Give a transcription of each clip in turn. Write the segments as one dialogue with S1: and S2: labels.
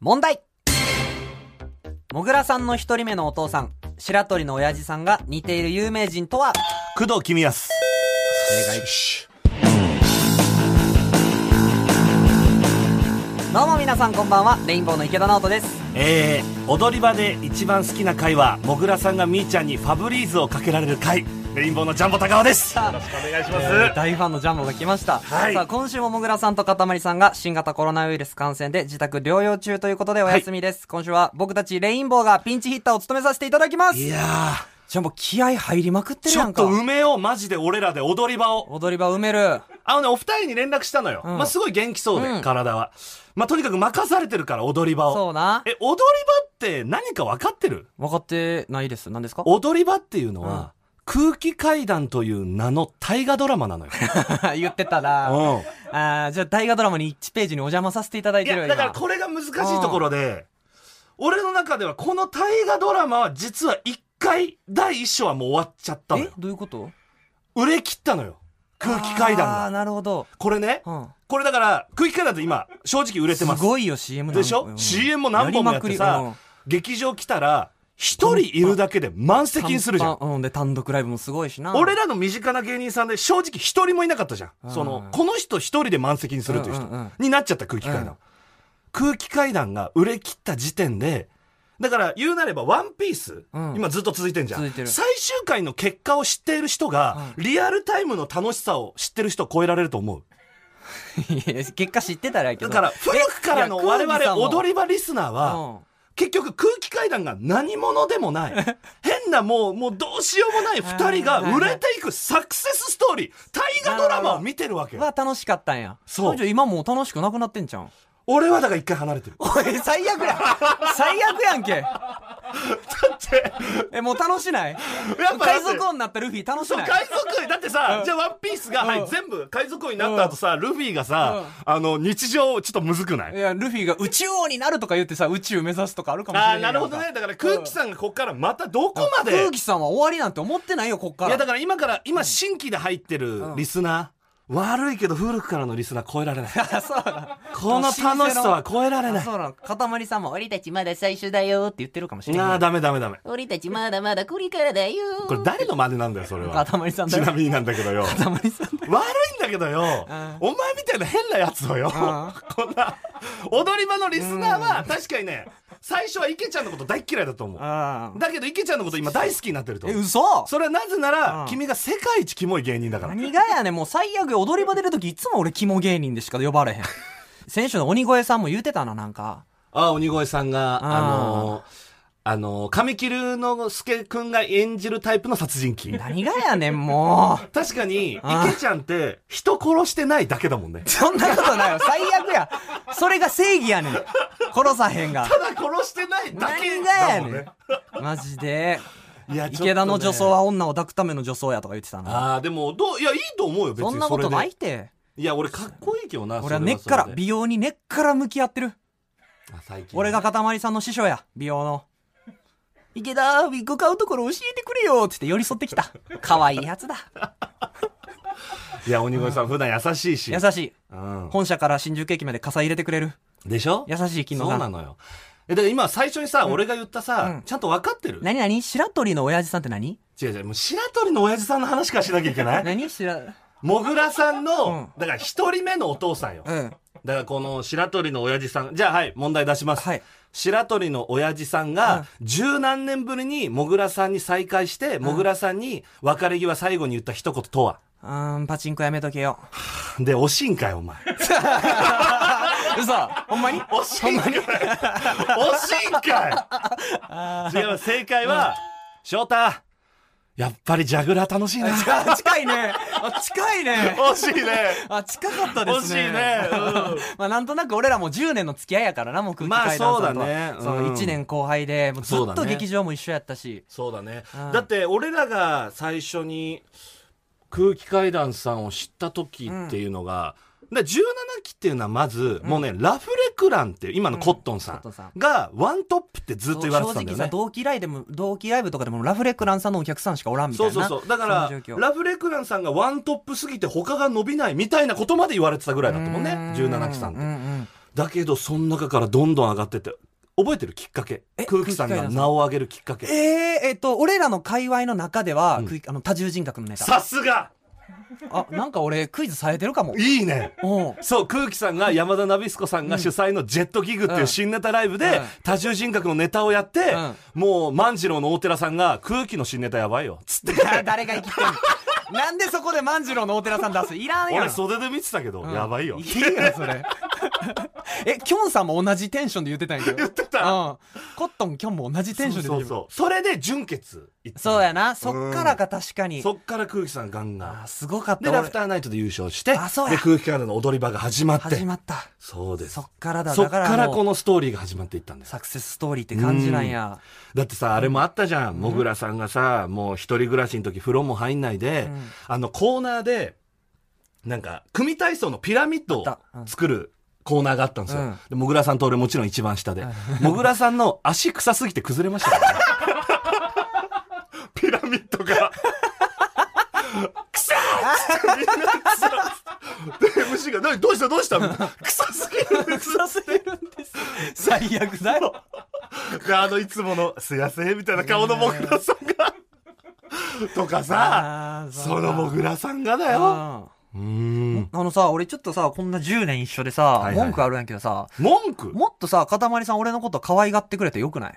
S1: 問題もぐらさんの一人目のお父さん、白鳥の親父さんが似ている有名人とは
S2: 工藤君康。
S1: どうも皆さんこんばんは、レインボーの池田直人です。
S2: えー、踊り場で一番好きな回は、もぐらさんがみーちゃんにファブリーズをかけられる回、レインボーのジャンボ高尾です。よろしくお願いします。
S1: えー大ファンのジャンボが来ました。
S2: はい
S1: さあ、今週ももぐらさんとかたまりさんが新型コロナウイルス感染で自宅療養中ということでお休みです。今週は僕たちレインボーがピンチヒッターを務めさせていただきます。
S2: い
S1: ジ
S2: や
S1: ャンボ気合入りまくって
S2: ー、
S1: る
S2: ち
S1: や
S2: ょ
S1: ん
S2: っ
S1: か
S2: と。埋めよう、マジで俺らで踊り場を。
S1: 踊り場埋める。
S2: あのね、お二人に連絡したのよ。まあ、すごい元気そうで、体は。まあ、とにかく任されてるから、踊り場を。
S1: そうな
S2: え、踊り場って何か分かってる
S1: 分かってないです。何ですか
S2: 踊り場っていうのは、空気階段という名の大河ドラマなのよ。
S1: 言ってたな。
S2: うん
S1: ああ、じゃあ大河ドラマに1ページにお邪魔させていただい
S2: い
S1: てるよ
S2: や、だからこれが難しいところで、俺の中ではこの大河ドラマは実は一回、第一章はもう終わっちゃったの
S1: え
S2: よ。
S1: どういうこと
S2: 売れ切ったのよ。空気階
S1: ああ、
S2: 段が。
S1: なるほど。
S2: これね、
S1: うん
S2: これだから空気階段って今、正直売れて
S1: す
S2: ます。
S1: ごいよ、CM
S2: でしょ、
S1: うん
S2: ?CM も何本もやって
S1: やり
S2: さ
S1: まく、
S2: 劇場来たら、一人いるだけで満席
S1: りうん
S2: にするじゃん。
S1: 単うん、で、単独ライブもすごいしな。
S2: 俺らの身近な芸人さんで正直一人もいなかったじゃん。その、この人一人で満席にするという人
S1: うんうん うん
S2: になっちゃった空気階
S1: うん
S2: 段。空気階段が売れ切った時点で、だから言うなればワンピース、
S1: うん
S2: 今ずっと続いてんじゃ
S1: 続
S2: ん
S1: いて。る
S2: 最終回の結果を知っている人が、リアルタイムの楽しさを知ってる人を超えられると思う。
S1: いや結果知ってたらやけ
S2: だ
S1: ど。
S2: から古くからの我々踊
S1: り
S2: り場リスナーは、結局空気階段が何者でもない 変なもうもうどうしようもない2人が売れていくサクセスストーリー大河ドラマを見てるわけよ
S1: は楽しかったんや。
S2: そう
S1: じゃあ今もう楽しくなくなってんじゃん。
S2: 俺はだから一回離れてるだ
S1: おい、最悪や。 最悪やんけ。
S2: って
S1: え、もう楽しない
S2: やっ
S1: 海
S2: ぱ
S1: 賊王になったルフィ楽し
S2: そう
S1: ない
S2: 海賊王だってさ、じゃあワンピースが、はい、全部海賊王になった後さ、ルフィがさ、あの日常ちょっとむずくない
S1: いや、ルフィが宇宙王になるとか言ってさ、宇宙目指すとかあるかもしれ
S2: あ
S1: な
S2: あ
S1: い
S2: ー
S1: や
S2: なんるほどねだから空気さんがこっからまたどこまで
S1: 空気さんは終わりなんて思ってないよ、こっから。
S2: いやだから今から今新規で入ってるリスナー、悪いけど古くからのリスナー超えられない
S1: あ そうだ。
S2: この楽しさは超えられない
S1: あそうだ。かたまりさんも、俺たちまだ最初だよって言ってるかもしれ
S2: あ
S1: な
S2: あ
S1: い。
S2: ダメダメダメ
S1: 俺たちまだまだこれからだよ
S2: これ誰の真似なんだよそれは
S1: かたまりさんだ
S2: ち
S1: よ
S2: なみになんだけどよ
S1: かたまりさんだよ。
S2: 悪いんだけどよ、お前みたいな変なやつをよ、こんな踊り場のリスナーは確かにね最初は池ちゃんのこと大っ嫌いだと思う
S1: ああ。
S2: だけど池ちゃんのこと今大好きになってると
S1: え、
S2: 思う
S1: 嘘
S2: それはなぜなら、
S1: うん
S2: 君が世界一キモい芸人だから
S1: 何がやねんもう最悪踊り場出るときいつも俺肝芸人でしか呼ばれへん。選手の鬼越さんも言ってたな、なんか。
S2: ああ鬼越さんが
S1: あ
S2: あのーあのー神木隆之介君が演じるタイプの殺人鬼
S1: 何がやねん、もう。
S2: 確かに池ちゃんって人殺してないだけだもんね
S1: そんなことないよ。最悪や。それが正義やねん。殺さへんが。
S2: ただ殺してないだけ
S1: 何が
S2: だ
S1: や
S2: もんね
S1: ねん。マジで。
S2: いや
S1: 池田の女装
S2: は
S1: は女を抱くための女装やとか言ってたな。
S2: ああでもどういやいいと思うよ別に
S1: そんなこと
S2: れで
S1: ないって。
S2: いや俺かっこいいけどな
S1: 俺は
S2: そ
S1: 根
S2: れ
S1: っから、
S2: それで
S1: 美容に根っから向き合ってる。
S2: あ最近
S1: 俺がかたまりさんの師匠や、美容 の。池田、ウィッグ買うところ教えてくれよって言って寄り添ってき た。可愛いやつだ。
S2: いや鬼越さん普段優しいし
S1: 優しい。
S2: うん
S1: 本社から新宿駅まで傘入れてくれる。
S2: でしょ
S1: 優しい金の
S2: そう
S1: が。
S2: なのよえだから今最初にさ俺が言ったさちゃんと分かってる
S1: 何何白鳥の親父さんって何
S2: 違う違うもう白鳥の親父さんの話からしなきゃいけない
S1: 何白、
S2: もぐらさんの
S1: う、
S2: だから一人目のお父さんよ。
S1: うん。
S2: だからこの白鳥の親父さん。じゃあはい、問題出します。
S1: はい
S2: 白鳥の親父さんが、十何年ぶりにもぐらさんに再会して、もぐらさんに別れ際最後に言った一言とは。
S1: うーん、パチンコやめとけよ。
S2: で、おしんかい、お前。
S1: 嘘ほんまに
S2: おしんかい。おしんかい違う、正解は、翔太、やっぱりジャグラー楽しいな。
S1: あ近いね。あ、近いね。
S2: 惜しいね。
S1: あ、近かったですね。
S2: 惜しいねうん
S1: まあ、なんとなく俺らも10年の付き合いやからな、もう空気階段さんとは。
S2: まあそうだね
S1: そ
S2: うん
S1: の1年後輩で、もうず
S2: そう
S1: っ
S2: だ
S1: と
S2: ね
S1: 劇場も一緒やったし。
S2: そうだね
S1: うん。
S2: だって、俺らが最初に空気階段さんを知った時っていうのが、だから17期っていうのはまず、もうね、ラフレクランっていう、今のコットンさ
S1: コットンさ
S2: ん
S1: ん
S2: が、ワントップってずっと言われてたんだ
S1: 正直
S2: よ
S1: さ、
S2: ね。
S1: 同期ライブでも、同期ライブとかでもラフレクランさんのお客さんしかおらんみたい
S2: そう
S1: な。
S2: そうそう。だから
S1: その状、況
S2: ラフレクランさんがワントップすぎて他が伸びないみたいなことまで言われてたぐらいだったもんね。17期さんって
S1: う。うん
S2: だけど、その中からどんどん上がってって、覚えてるきっかけ。空気さ
S1: 空気階
S2: んが
S1: 段さん
S2: 名を上げるきっか
S1: え
S2: け。
S1: ええっと、俺らの界隈の中では、クイあの、多重人格のネタ。
S2: さすが
S1: あ、なんか俺、クイズされてるかも。
S2: いいね
S1: うん。
S2: そう、空気さんが山田ナビスコさんが主催のジェットギグっていう新ネタライブで
S1: うん、
S2: 多重人格のネタをやって、もう万次郎の大寺さんが空気の新ネタやばいよ。つ って。
S1: だ誰が生きてん のなんでそこで万次郎のお寺さん出すいらんやん
S2: 俺袖で見てたけど、やばいよ。
S1: いいよそ れえきょんさんも同じテンションで言ってたんやけど言って
S2: た
S1: うん、コットンきょんも同じテンションで
S2: そ
S1: 言っ
S2: う
S1: てた
S2: そう。それで純潔行った
S1: そうやなそっからが確かに、
S2: そっから空気さんガンガン
S1: あ。すごかっ
S2: で、
S1: た
S2: ラ
S1: 俺
S2: フターナイトで優勝して、で、
S1: あそうや
S2: 空気からの踊り場が始まって。
S1: 始まった
S2: そうです。
S1: そっからだ
S2: そ
S1: だ
S2: っ
S1: から
S2: から
S1: もう
S2: このストーリーが始まっていったんです。
S1: サクセスストーリーって感じなんや
S2: だってさ、あれもあったじゃん。もぐらさんがさ、もう一人暮らしの時風呂も入んないで、あのコーナーで、なんか、組体操のピラミッドを
S1: あったうん
S2: 作るコーナーがあったんですよ。
S1: うん
S2: で、もぐらさんと俺もちろん一番下で。もぐらさんの足臭すぎて崩れましたか らね、ピラミッドが。臭いみんな臭い で、虫が、何どうしたどうしたみたいな臭すぎるんです
S1: 臭すぎるんです最悪だよ
S2: であのいつもの「すやせ」みたいな顔のもぐらさんが とかさ
S1: ー
S2: そうのもぐらさんがだ
S1: う
S2: よ
S1: ん
S2: うん
S1: あのさ俺ちょっとさこんな10年一緒でさ、
S2: いはい
S1: 文句あるんやけどさ
S2: 文句
S1: もっとさかたまりさん俺のこと可愛がってくれてよくない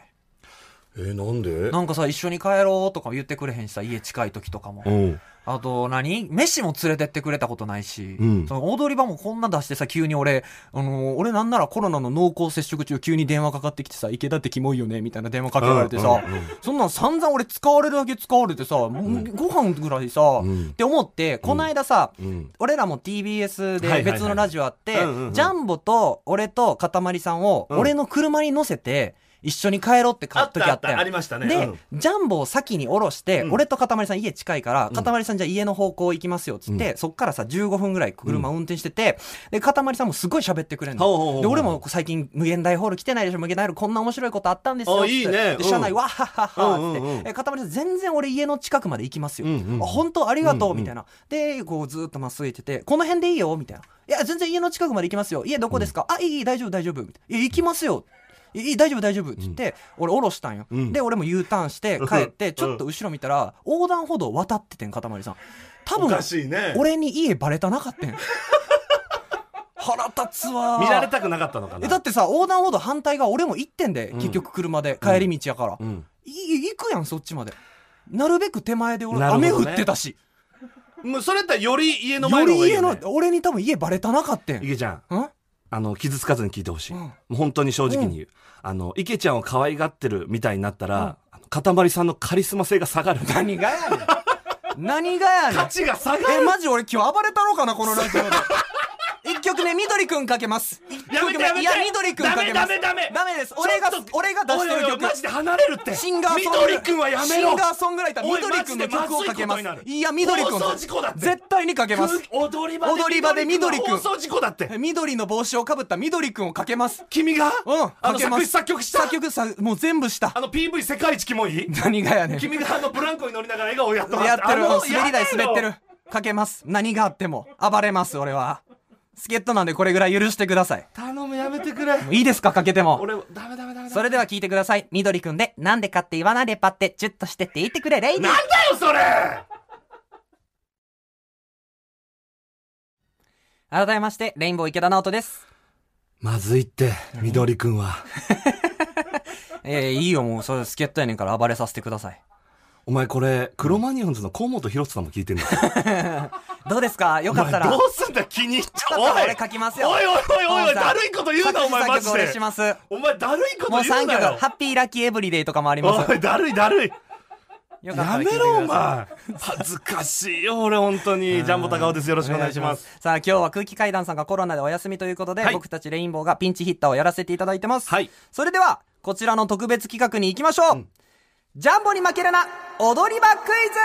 S2: えなんで
S1: なんかさ一緒に帰ろうとか言ってくれへんしさ家近い時とかも、
S2: うん
S1: あと何、飯も連れてってくれたことないし、
S2: うん
S1: その踊り場もこんな出してさ、急に俺、あのー俺なんならコロナの濃厚接触中、急に電話かかってきてさ、池田ってキモいよね、みたいな電話かけられてさ、
S2: うんうんうん
S1: そんなん散々俺使われるだけ使われてさ、もうご飯ぐらいさ、
S2: ん
S1: って思って、こないださ、
S2: うん
S1: 俺らも TBS
S2: はいは
S1: で
S2: いはい
S1: 別のラジオあって、
S2: うんうんうん
S1: ジャンボと俺とかたまりさんを
S2: うん
S1: 俺の車に乗せて、一緒に帰ろうって買っ時あったやん
S2: あったあったありましたね
S1: で、
S2: う
S1: ジャンボを先に降ろして、
S2: うん
S1: 俺とかたまりさん家近いから、かたまりさんじゃあ家の方向行きますよっつって、そっからさ、15分ぐらい車運転してて、で、かたまりさんもすごい喋ってくれる
S2: ほうほうほ
S1: の。
S2: う
S1: で、俺も最近無限大ホール来てないでしょ、無限大ホールこんな面白いことあったんですよ。
S2: あいいね
S1: つってで、
S2: うん
S1: 車内わっはっはっはっ
S2: うんうん
S1: つ
S2: う
S1: っ
S2: ん
S1: て、えかたまりさん全然俺家の近くまで行きますよ。
S2: うんうんうん
S1: あ本当ありがとう、みたいな。で、こうずっとまっすぐ行ってて、この辺でいいよ、みたいな。いや、全然家の近くまで行きますよ。家どこですか、あ、いいいい、大丈夫、大丈夫。みたいないや行きますよ。いいいい、大丈夫、大丈夫。って言って、俺降ろしたんよ。
S2: ん
S1: で、俺も U ターンして帰っ
S2: う
S1: て、
S2: ん
S1: ちょっと後ろ見たら、横断歩道渡っててん、かたまりさん。多分、
S2: おかしいね
S1: 俺に家バレたなかったん。腹立つわ。
S2: 見られたくなかったのか
S1: え、だ
S2: な
S1: ってさ、横断歩道反対側俺も行ってんで、結局車で、帰り道やから。
S2: ん
S1: い行くやん、そっちまで。なるべく手前で俺、
S2: なるほどね
S1: 雨降ってたし。
S2: もうそれやったらより家の
S1: よ
S2: 前の方
S1: り
S2: がいい
S1: 家
S2: よ
S1: の
S2: ね、
S1: 俺に多分家バレたなかったん。
S2: いけちゃん
S1: ん
S2: あの傷つかずに聞いてほしい、
S1: うん
S2: もう本当に正直に言う、あのいけちゃんを可愛がってるみたいになったら、あのかたまりさんのカリスマ性が下がる
S1: 何がやねん。何がやねん。
S2: 価値が下がる
S1: え、マジ俺今日暴れたろうかな、このラジ オで。一曲目、緑くんかけます。一曲目いや、緑くんかけます。
S2: ダメダメダメ
S1: ダメです。俺が
S2: ちょっ、と
S1: 俺が出してる
S2: おいおいおいマ
S1: 曲。
S2: ジで離れるって
S1: シンガーソングライ
S2: 緑くんはやめろ
S1: シンガーソングライター、
S2: おい
S1: 緑くんの曲をかけま
S2: マジでまずいことになる
S1: す。いや、緑くん
S2: 放送事故だって
S1: 絶対にかけます。
S2: 空気踊り場で
S1: 踊り場で緑くん
S2: 放送事故だって
S1: 緑の帽子をかぶった緑くんをかけます。
S2: 君が
S1: うん。
S2: あ
S1: か
S2: の
S1: けま
S2: 作詞
S1: す
S2: 作曲した
S1: 作曲さ、もう全部した
S2: あ。の PV 世界一キモい
S1: 何がやねん。
S2: 君があのブランコに乗りながら笑顔やった
S1: やってる。
S2: あの
S1: うん滑り台
S2: や
S1: 滑
S2: めろ
S1: ってる。かけます。何があっても。暴れます、俺は。助っ人なんでこれぐらい許してください。
S2: 頼むやめてくれ
S1: いいですかかけても。
S2: 俺ダメダメダメ
S1: それでは聞いてください。緑くんで、なんでかって言わないでパって、チュッとしてって言ってくれ、レイディ
S2: なんだよそれ
S1: 改めまして、レインボー池田直人です。
S2: まずいって緑くんは
S1: えー、いいよ、もう、それ助っ人やねんから暴れさせてください。
S2: お前これクロマニオンズの河本博さんも聞いてんだ
S1: どうですかよ
S2: お
S1: かった
S2: 前
S1: ら。
S2: ど
S1: よか
S2: うすんだよ気に入っちゃ
S1: っ
S2: う
S1: たら
S2: おい
S1: 俺書きますよ。
S2: おいおいおいおいおい
S1: さん
S2: だるいこと言うなお前
S1: 作詞
S2: マジ
S1: 作曲俺
S2: で
S1: します。
S2: お前だるいこと
S1: もう
S2: 言う
S1: 3
S2: な
S1: 曲、
S2: よ
S1: ハッピーラッキーエブリデイとかもあります
S2: お。いだるいだるい
S1: よかったら
S2: や
S1: 聞いてく
S2: め
S1: だ
S2: ろお
S1: さい
S2: 前恥ずかしいよ俺本当にジャンボ高尾ですよろしくお願いします
S1: さあ今日は空気階段さんがコロナでお休みということで、
S2: はい
S1: 僕たちレインボーがピンチヒッターをやらせていただいてます、
S2: はい
S1: それではこちらの特別企画に行きましょう、ジャンボに負けるな踊り場クイズ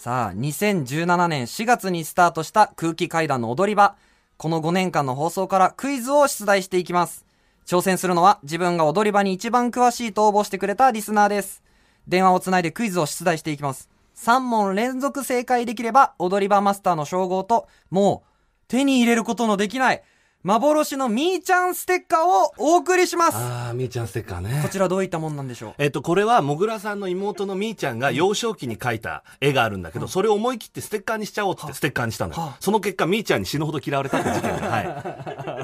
S1: さあ2017年4月にスタートした空気階段の踊り場この5年間の放送からクイズを出題していきます挑戦するのは自分が踊り場に一番詳しいと応募してくれたリスナーです電話をつないでクイズを出題していきます3問連続正解できれば踊り場マスターの称号ともう手に入れることのできない幻のみーちゃんステッカーをお送りします
S2: あーみーちゃんステッカーね
S1: こちらどういったもんなんでしょう
S2: えっと、これは、もぐらさんの妹のみーちゃんが幼少期に描いた絵があるんだけど、それを思い切ってステッカーにしちゃおうってステッカーにしたのよ
S1: は。
S2: その結果、みーちゃんに死ぬほど嫌われたって事件が。 はい。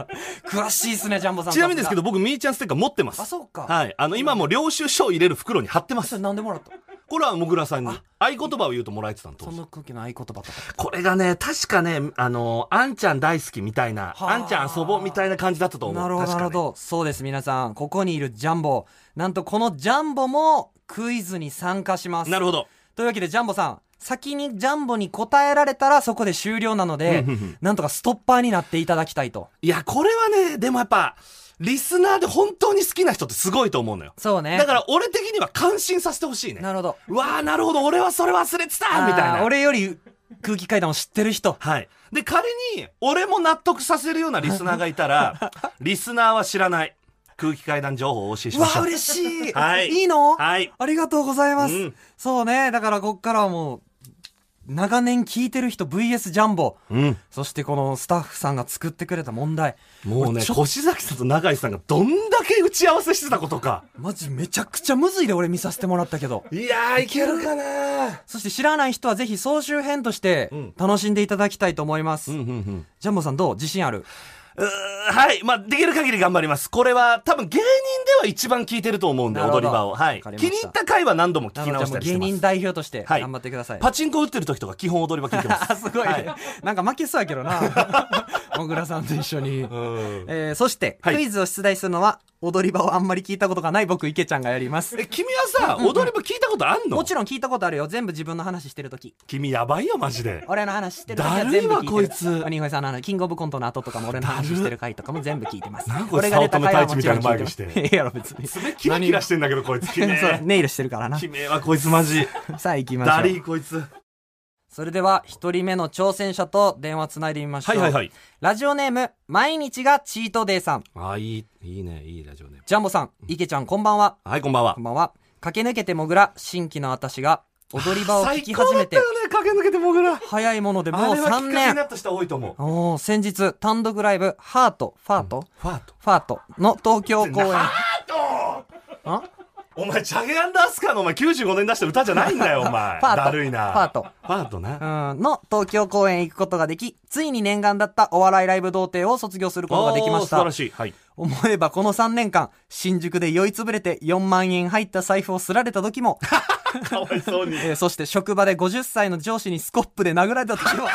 S1: 詳しいっすねジャンボさん
S2: ちなみにですけ
S1: ど
S2: ど、僕、みーちゃんステッカー持ってます。
S1: あそうか
S2: はい。あの、今も領収書を入れる袋に貼ってま
S1: そ
S2: す
S1: れ。何でもらった
S2: これはもぐらさんに。合言葉を言うともらえてたの、当
S1: そ
S2: 時
S1: の空気の合言葉とか
S2: これがね、確かね、あの、あんちゃん大好きみたいな、
S1: はあ
S2: あんちゃん遊ぼうみたいな感じだったと思う。
S1: なるほど、
S2: 確
S1: な
S2: か
S1: る
S2: ね
S1: ほど。そうです、皆さん。ここにいるジャンボ。なんとこのジャンボもクイズに参加します。
S2: なるほど。
S1: というわけで、ジャンボさん。先にジャンボに答えられたらそこで終了なので
S2: うんうんうん、
S1: なんとかストッパーになっていただきたいと。
S2: いや、これはね、でもやっぱ、リスナーで本当に好きな人ってすごいと思うのよ。
S1: そうね。
S2: だから俺的には感心させてほしいね。
S1: なるほど。
S2: うわあ、なるほど、俺はそれ忘れてたみたい
S1: あー
S2: な。。
S1: 俺より空気階段を知ってる人。
S2: はい。で、仮に、俺も納得させるようなリスナーがい たら、リスナーは知らない。空気階段情報をお 教えし
S1: う
S2: ま
S1: わ
S2: しょ
S1: ー、
S2: う。
S1: 嬉しい。
S2: はい
S1: いいの
S2: はい。
S1: ありがとうございます。
S2: うん
S1: そうね。だからこっからはもう、長年聞いてる人 VS ジャンボ。
S2: うん。
S1: そしてこのスタッフさんが作ってくれた問題。
S2: もうね、
S1: ちょ
S2: 越崎さんと永井さんがどんだけ打ち合わせしてたことか。
S1: マジめちゃくちゃむずいで俺見させてもらったけど。
S2: いやー、いけるかな
S1: そして知らない人はぜひ総集編として
S2: ん
S1: 楽しんでいただきたいと思います。
S2: うんうんうん。
S1: ジャンボさんどう自信ある
S2: うーはい。まあ、できる限り頑張ります。これは、多分芸人では一番聞いてると思うんで、
S1: なるほ
S2: 踊
S1: ど
S2: り場を。はい。
S1: わかりま
S2: 気
S1: した
S2: に入った回は何度も聞き直したりし
S1: 芸
S2: てます
S1: 人。代表として
S2: はい
S1: 頑張ってください。
S2: パチンコ打ってる時とか基本踊り場聞いてます。
S1: あ、すごいね。なんか負けそうやけど な。小倉さんと一緒に。
S2: うん
S1: えー、そして、
S2: はい
S1: クイズを出題するのは踊り場をあんまり聞いたことがない僕池ちゃんがやります。
S2: え、君はさ、踊り場聞いたことあんの
S1: もちろん聞いたことあるよ。全部自分の話してるとき。
S2: 君やばいよ、マジで。
S1: 俺の話してる時は全部聞いてる
S2: だるいわこいつ
S1: 鬼越さんの話キングオブコントの後とかも俺の話してる回とかも全部聞いてます
S2: なんか
S1: 俺が出た回はもちろん聞い
S2: 早乙女太一みたい
S1: てま
S2: な眉毛
S1: す
S2: して
S1: いやいやろ別に
S2: 爪キラキラしてんだけど、こいつ。きめ
S1: そう
S2: え。
S1: ネイルしてるからな
S2: きめえはこいつマジ。
S1: さあ行きましょう
S2: ダリーこいつ。
S1: それでは一人目の挑戦者と電話つないでみましょう
S2: い。
S1: ラジオネーム毎日がチートデイさん
S2: あ、いい、いいね、いいラジオね。
S1: ジャンボさん池ちゃんこんばんは
S2: はい、こんばんは
S1: こん。ばんは駆け抜けてもぐら新規の私が踊り場を聞
S2: 最
S1: き
S2: 高
S1: 始
S2: だ
S1: め
S2: った
S1: て
S2: よね、駆け抜けてもぐら。
S1: 早いものでもう
S2: あ
S1: 3
S2: れはきっかけに
S1: 年
S2: なった人多いと思う。
S1: おー先日単独ライブ「ハートファート、
S2: ファート。
S1: ファートの東京公演
S2: ハート
S1: あ
S2: お前、チャゲアンダースカーのお前95年出した歌じゃないんだよ、お前。
S1: ファート
S2: だるいな。
S1: ファート。
S2: ファートな。
S1: うんの東京公演行くことができ、ついに念願だったお笑いライブ童貞を卒業することができまし
S2: おー素
S1: た
S2: 晴ら。しい。 はい。
S1: 思えばこの3年間、新宿で酔いつぶれて4万円入った財布をすられた時も、
S2: かわいそうに。
S1: えーそして職場で50歳の上司にスコップで殴られた 時も、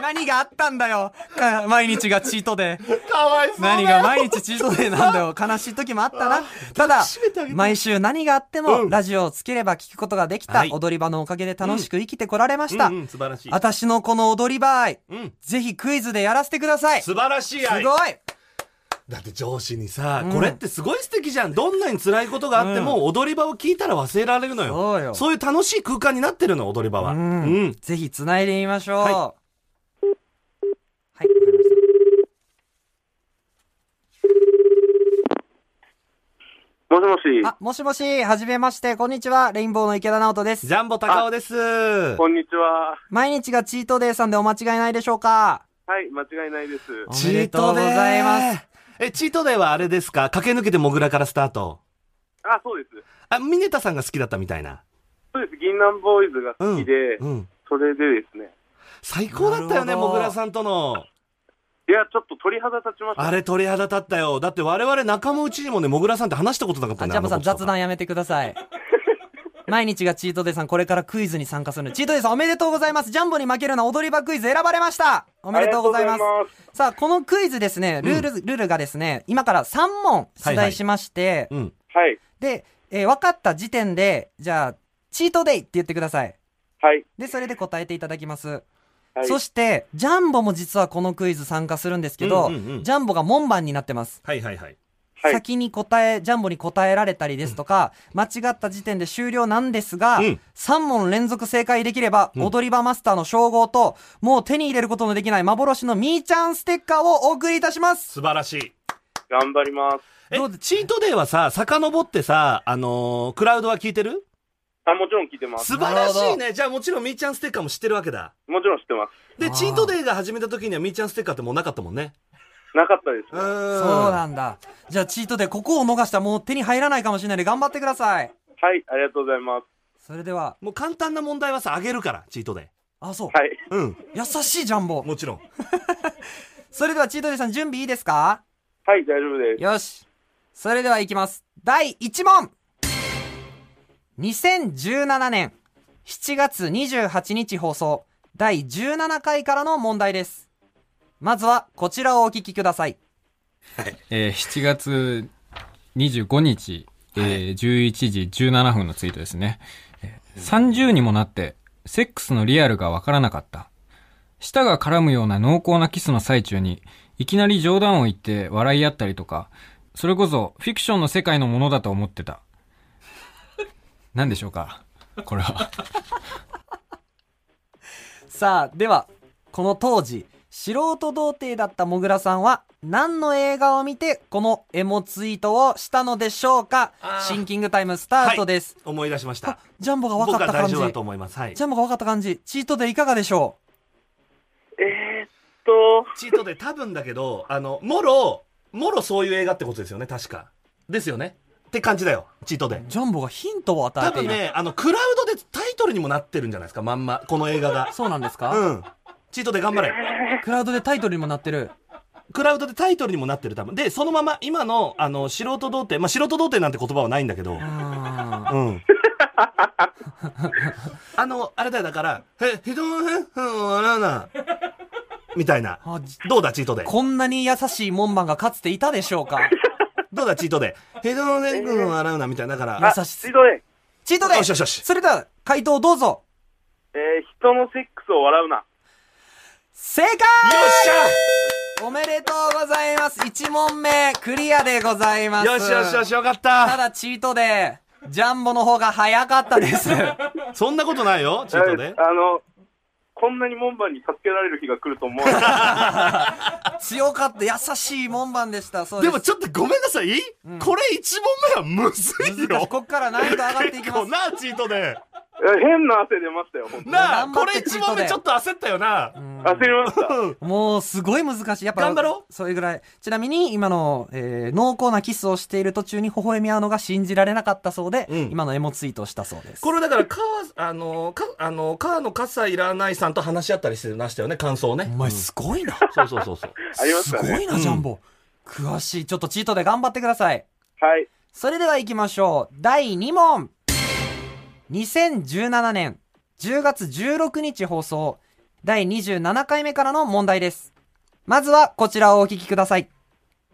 S1: 何があったんだよか毎日がチートで。
S2: かわいそうだよ
S1: 何が毎日チートデイなんだよ。悲しい時もあ ったな。ただ
S2: 締めてあげ、て
S1: 毎週何があっても、
S2: うん
S1: ラジオをつければ聞くことができた、
S2: はい
S1: 踊り場のおかげで楽しく生きてこられました。
S2: うんうん素晴らしい
S1: 私のこの踊り場愛、
S2: うん
S1: ぜひクイズでやらせてください。す
S2: 素晴らしい愛
S1: ごい
S2: だって上司にさ、
S1: うん
S2: これってすごい素敵じゃんどんなに辛いことがあっても、踊り場を聞いたら忘れられるのよ
S1: そうよ
S2: いう楽しい空間になってるの踊り場は
S1: うん
S2: うん
S1: ぜひ繋いでみましょう。は。
S2: はいい
S1: わかりました
S3: もしもし、
S1: あ、もしもし、はじめまして、こんにちは、レインボーの池田直人です
S2: ジ。ャンボ高尾です
S3: こんにちは。
S1: 毎日がチートデイさんでお間違いないでしょうか
S3: はい、間違いないです。
S1: おめでとうございます。
S2: えチートデイはあれですか駆け抜けてモグラからスタート
S3: あ、そうです。
S2: あミネタさんが好きだったみたいな
S3: そうです。銀杏ボーイズが
S2: うん
S3: 好きで、
S2: うん、
S3: それでですね。
S2: 最高だったよ
S1: な
S2: ね
S1: るほど
S2: モグラさんとの
S3: いや、ちょっと鳥肌立ちました。
S2: あれ鳥肌立ったよだって我々仲間内にもねモグラさんって話したことなかった
S1: あ、
S2: ね
S1: ジャンボさ
S2: あ
S1: ん
S2: の子と
S1: 雑談やめてください。毎日がチートデイさん、これからクイズに参加するの。チートデイさんおめでとうございます。ジャンボに負けるな踊り場クイズ選ばれました。おめでとうございます
S3: ありがとうござい。
S1: さあ、このクイズですね、ルール、ルールがですね、今から3問出題しまして、
S2: うん
S3: はい。
S1: で、えー分かった時点で、じゃあ、チートデイって言ってください。
S3: はい。
S1: で、それで答えていただきます。
S3: はい。
S1: そして、ジャンボも実はこのクイズ参加するんですけど、
S2: うんうんうん
S1: ジャンボが門番になってます。
S2: はいはいはい。
S3: はい
S1: 先に答え、ジャンボに答えられたりですとか、間違った時点で終了なんですが、
S2: うん
S1: 3問連続正解できれば、
S2: うん
S1: 踊り場マスターの称号と、もう手に入れることのできない幻のみーちゃんステッカーをお送りいたします。
S2: 素晴らしい。
S3: 頑張ります。
S2: え
S1: どうで、
S2: チートデイはさ、遡ってさ、あのークラウドは聞いてる
S3: あ、もちろん聞いてます。
S2: 素晴らしいね。じゃあもちろんみーちゃんステッカーも知ってるわけだ。
S3: もちろん知ってま
S2: で、
S1: あー
S2: チートデイが始めた時にはみーちゃんステッカーってもうなかったもんね。
S3: す。なかったです、
S2: う
S3: ね。
S2: ん。
S1: そうなんだ。じゃあチートでここを逃したらもう手に入らないかもしれないので頑張ってください。
S3: はい、ありがとうございます。
S1: それでは、
S2: もう簡単な問題はさ、あげるから、チートデイ。
S1: あ、そう。
S3: はい。
S2: うん。
S1: 優しいジャンボ。
S2: もちろん。
S1: それではチートデイさん準備いいですか
S3: はい、大丈夫です。
S1: よし。それではいきます。第1問 !2017 年7月28日放送第17回からの問題です。まずはこちらをお聞きください。
S4: えー7月25日、えー11時17分のツイートですね。えー30にもなって、セックスのリアルがわからなかった。舌が絡むような濃厚なキスの最中に、いきなり冗談を言って笑い合ったりとか、それこそフィクションの世界のものだと思ってた。何でしょうかこれは。
S1: さあ、では、この当時、素人童貞だったもぐらさんは何の映画を見てこのエモツイートをしたのでしょうか
S2: あー
S1: シンキングタイムスタートです。
S2: 思い出しました。
S1: ジャンボが分
S2: 僕
S1: かっ
S2: は
S1: た感
S2: 大
S1: じ。
S2: 丈夫だと
S1: ジ
S2: 思います。はい。
S1: ャンボが分かった感じ。チートでいかがでしょ
S3: えー、っと、
S2: チートデイ多分だけど、あの、もろ、もろそういう映画ってことですよね、確か。ですよね。って感じだよ、チートデイ。
S1: うジャンボがヒントを与
S2: 多
S1: えてい
S2: 分
S1: る。
S2: ね、あの、クラウドでタイトルにもなってるんじゃないですか、まんま。この映画が。
S1: そうなんですか、
S2: うん。チートで頑張れ。
S1: クラウドでタイトルにもなってる。
S2: クラウドでタイトルにもなってる、多分。で、そのまま、今の、あの、素人童貞、まあ、素人童貞なんて言葉はないんだけど、
S1: あ
S2: うん。あの、あれだよ、だから、え、ひどい、ふん、わらな、みたいな。
S1: ーあじ
S2: どうだ、チートで。
S1: こんなに優しい門番がかつていたでしょうか
S2: どうだ、チートで。へどい、ふん、わらな、みたいな。だから、
S1: 優し
S3: シ
S1: さ
S3: ー。ドで、
S1: チートで
S2: よしよしよし
S1: それでは、回答をどうぞ
S3: えー、人のセックスを笑うな。
S1: 正解
S2: よっしゃ
S1: おめでとうございます !1 問目、クリアでございます。
S2: よしよしよし、よかったた。
S1: だ、チートで、ジャンボの方が早かったです。
S2: そんなことないよ、チートで。
S3: あの、こんなに門番に助けられる日が来ると思わなか った。
S1: 強かった、優しい門番でした。そうで。
S2: ですもちょっとごめんなさい、これ一問目はむずい
S1: 難し
S2: よ
S1: いこ。っから難易度上がっていき
S2: 結
S1: ま
S2: 構
S1: す。
S2: な、チートで。
S3: え変な汗出ましたよ、本当に。
S2: なあ、
S1: 頑張
S2: こ
S1: っ
S2: れ
S1: てチ
S2: 一問
S1: ート
S2: 目
S1: で
S2: ちょっと焦ったよな。
S3: 焦りました。
S1: もうすごい難しい。やっぱ
S2: 頑張ろ
S1: う。それぐらい。ちなみに今の、えー濃厚なキスをしている途中に微笑み合うのが信じられなかったそうで、
S2: うん
S1: 今のエモツイートをしたそうです。
S2: これだから、か、あの、か、あの、かの笠いらないさんと話し合ったりしてましたよね、感想をね。
S1: お前すごいな。
S2: そうそうそうそう。
S3: ありました
S1: すご
S3: ね。
S1: いな、ジャンボ。詳しい。ちょっとチートで頑張ってください。
S3: はい。
S1: それでは行きましょう。第2問。2017年10月16日放送、第27回目からの問題です。まずはこちらをお聞きください。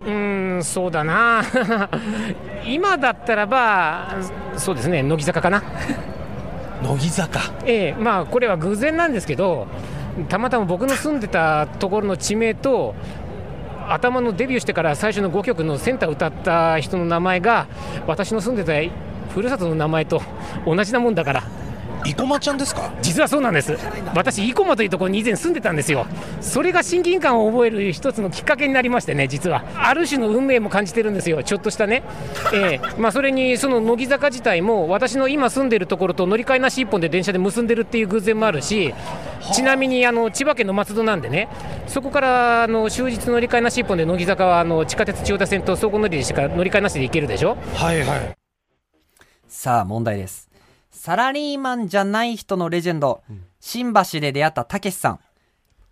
S5: うーん、そうだな。今だったらば、そうですね、乃木坂かな。
S6: 乃木坂
S5: ええ、まあ、これは偶然なんですけど、たまたま僕の住んでたところの地名と、頭のデビューしてから最初の5曲のセンター歌った人の名前が、私の住んでたふるさとの名前と同じなもんだから。
S6: 生駒ちゃんですか
S5: 実はそうなんです私生駒というところに以前住んでたんですよそれが親近感を覚える一つのきっかけになりましてね実はある種の運命も感じてるんですよちょっとしたね、ええまあ、それにその乃木坂自体も私の今住んでるところと乗り換えなし一本で電車で結んでるっていう偶然もあるしちなみにあの千葉県の松戸なんでねそこからあの終日乗り換えなし一本で乃木坂はあの地下鉄千代田線と総合乗りでしか乗り換えなしで行けるでしょ
S6: はいはい
S1: さあ問題ですサラリーマンじゃない人のレジェンド、新橋で出会ったたけしさん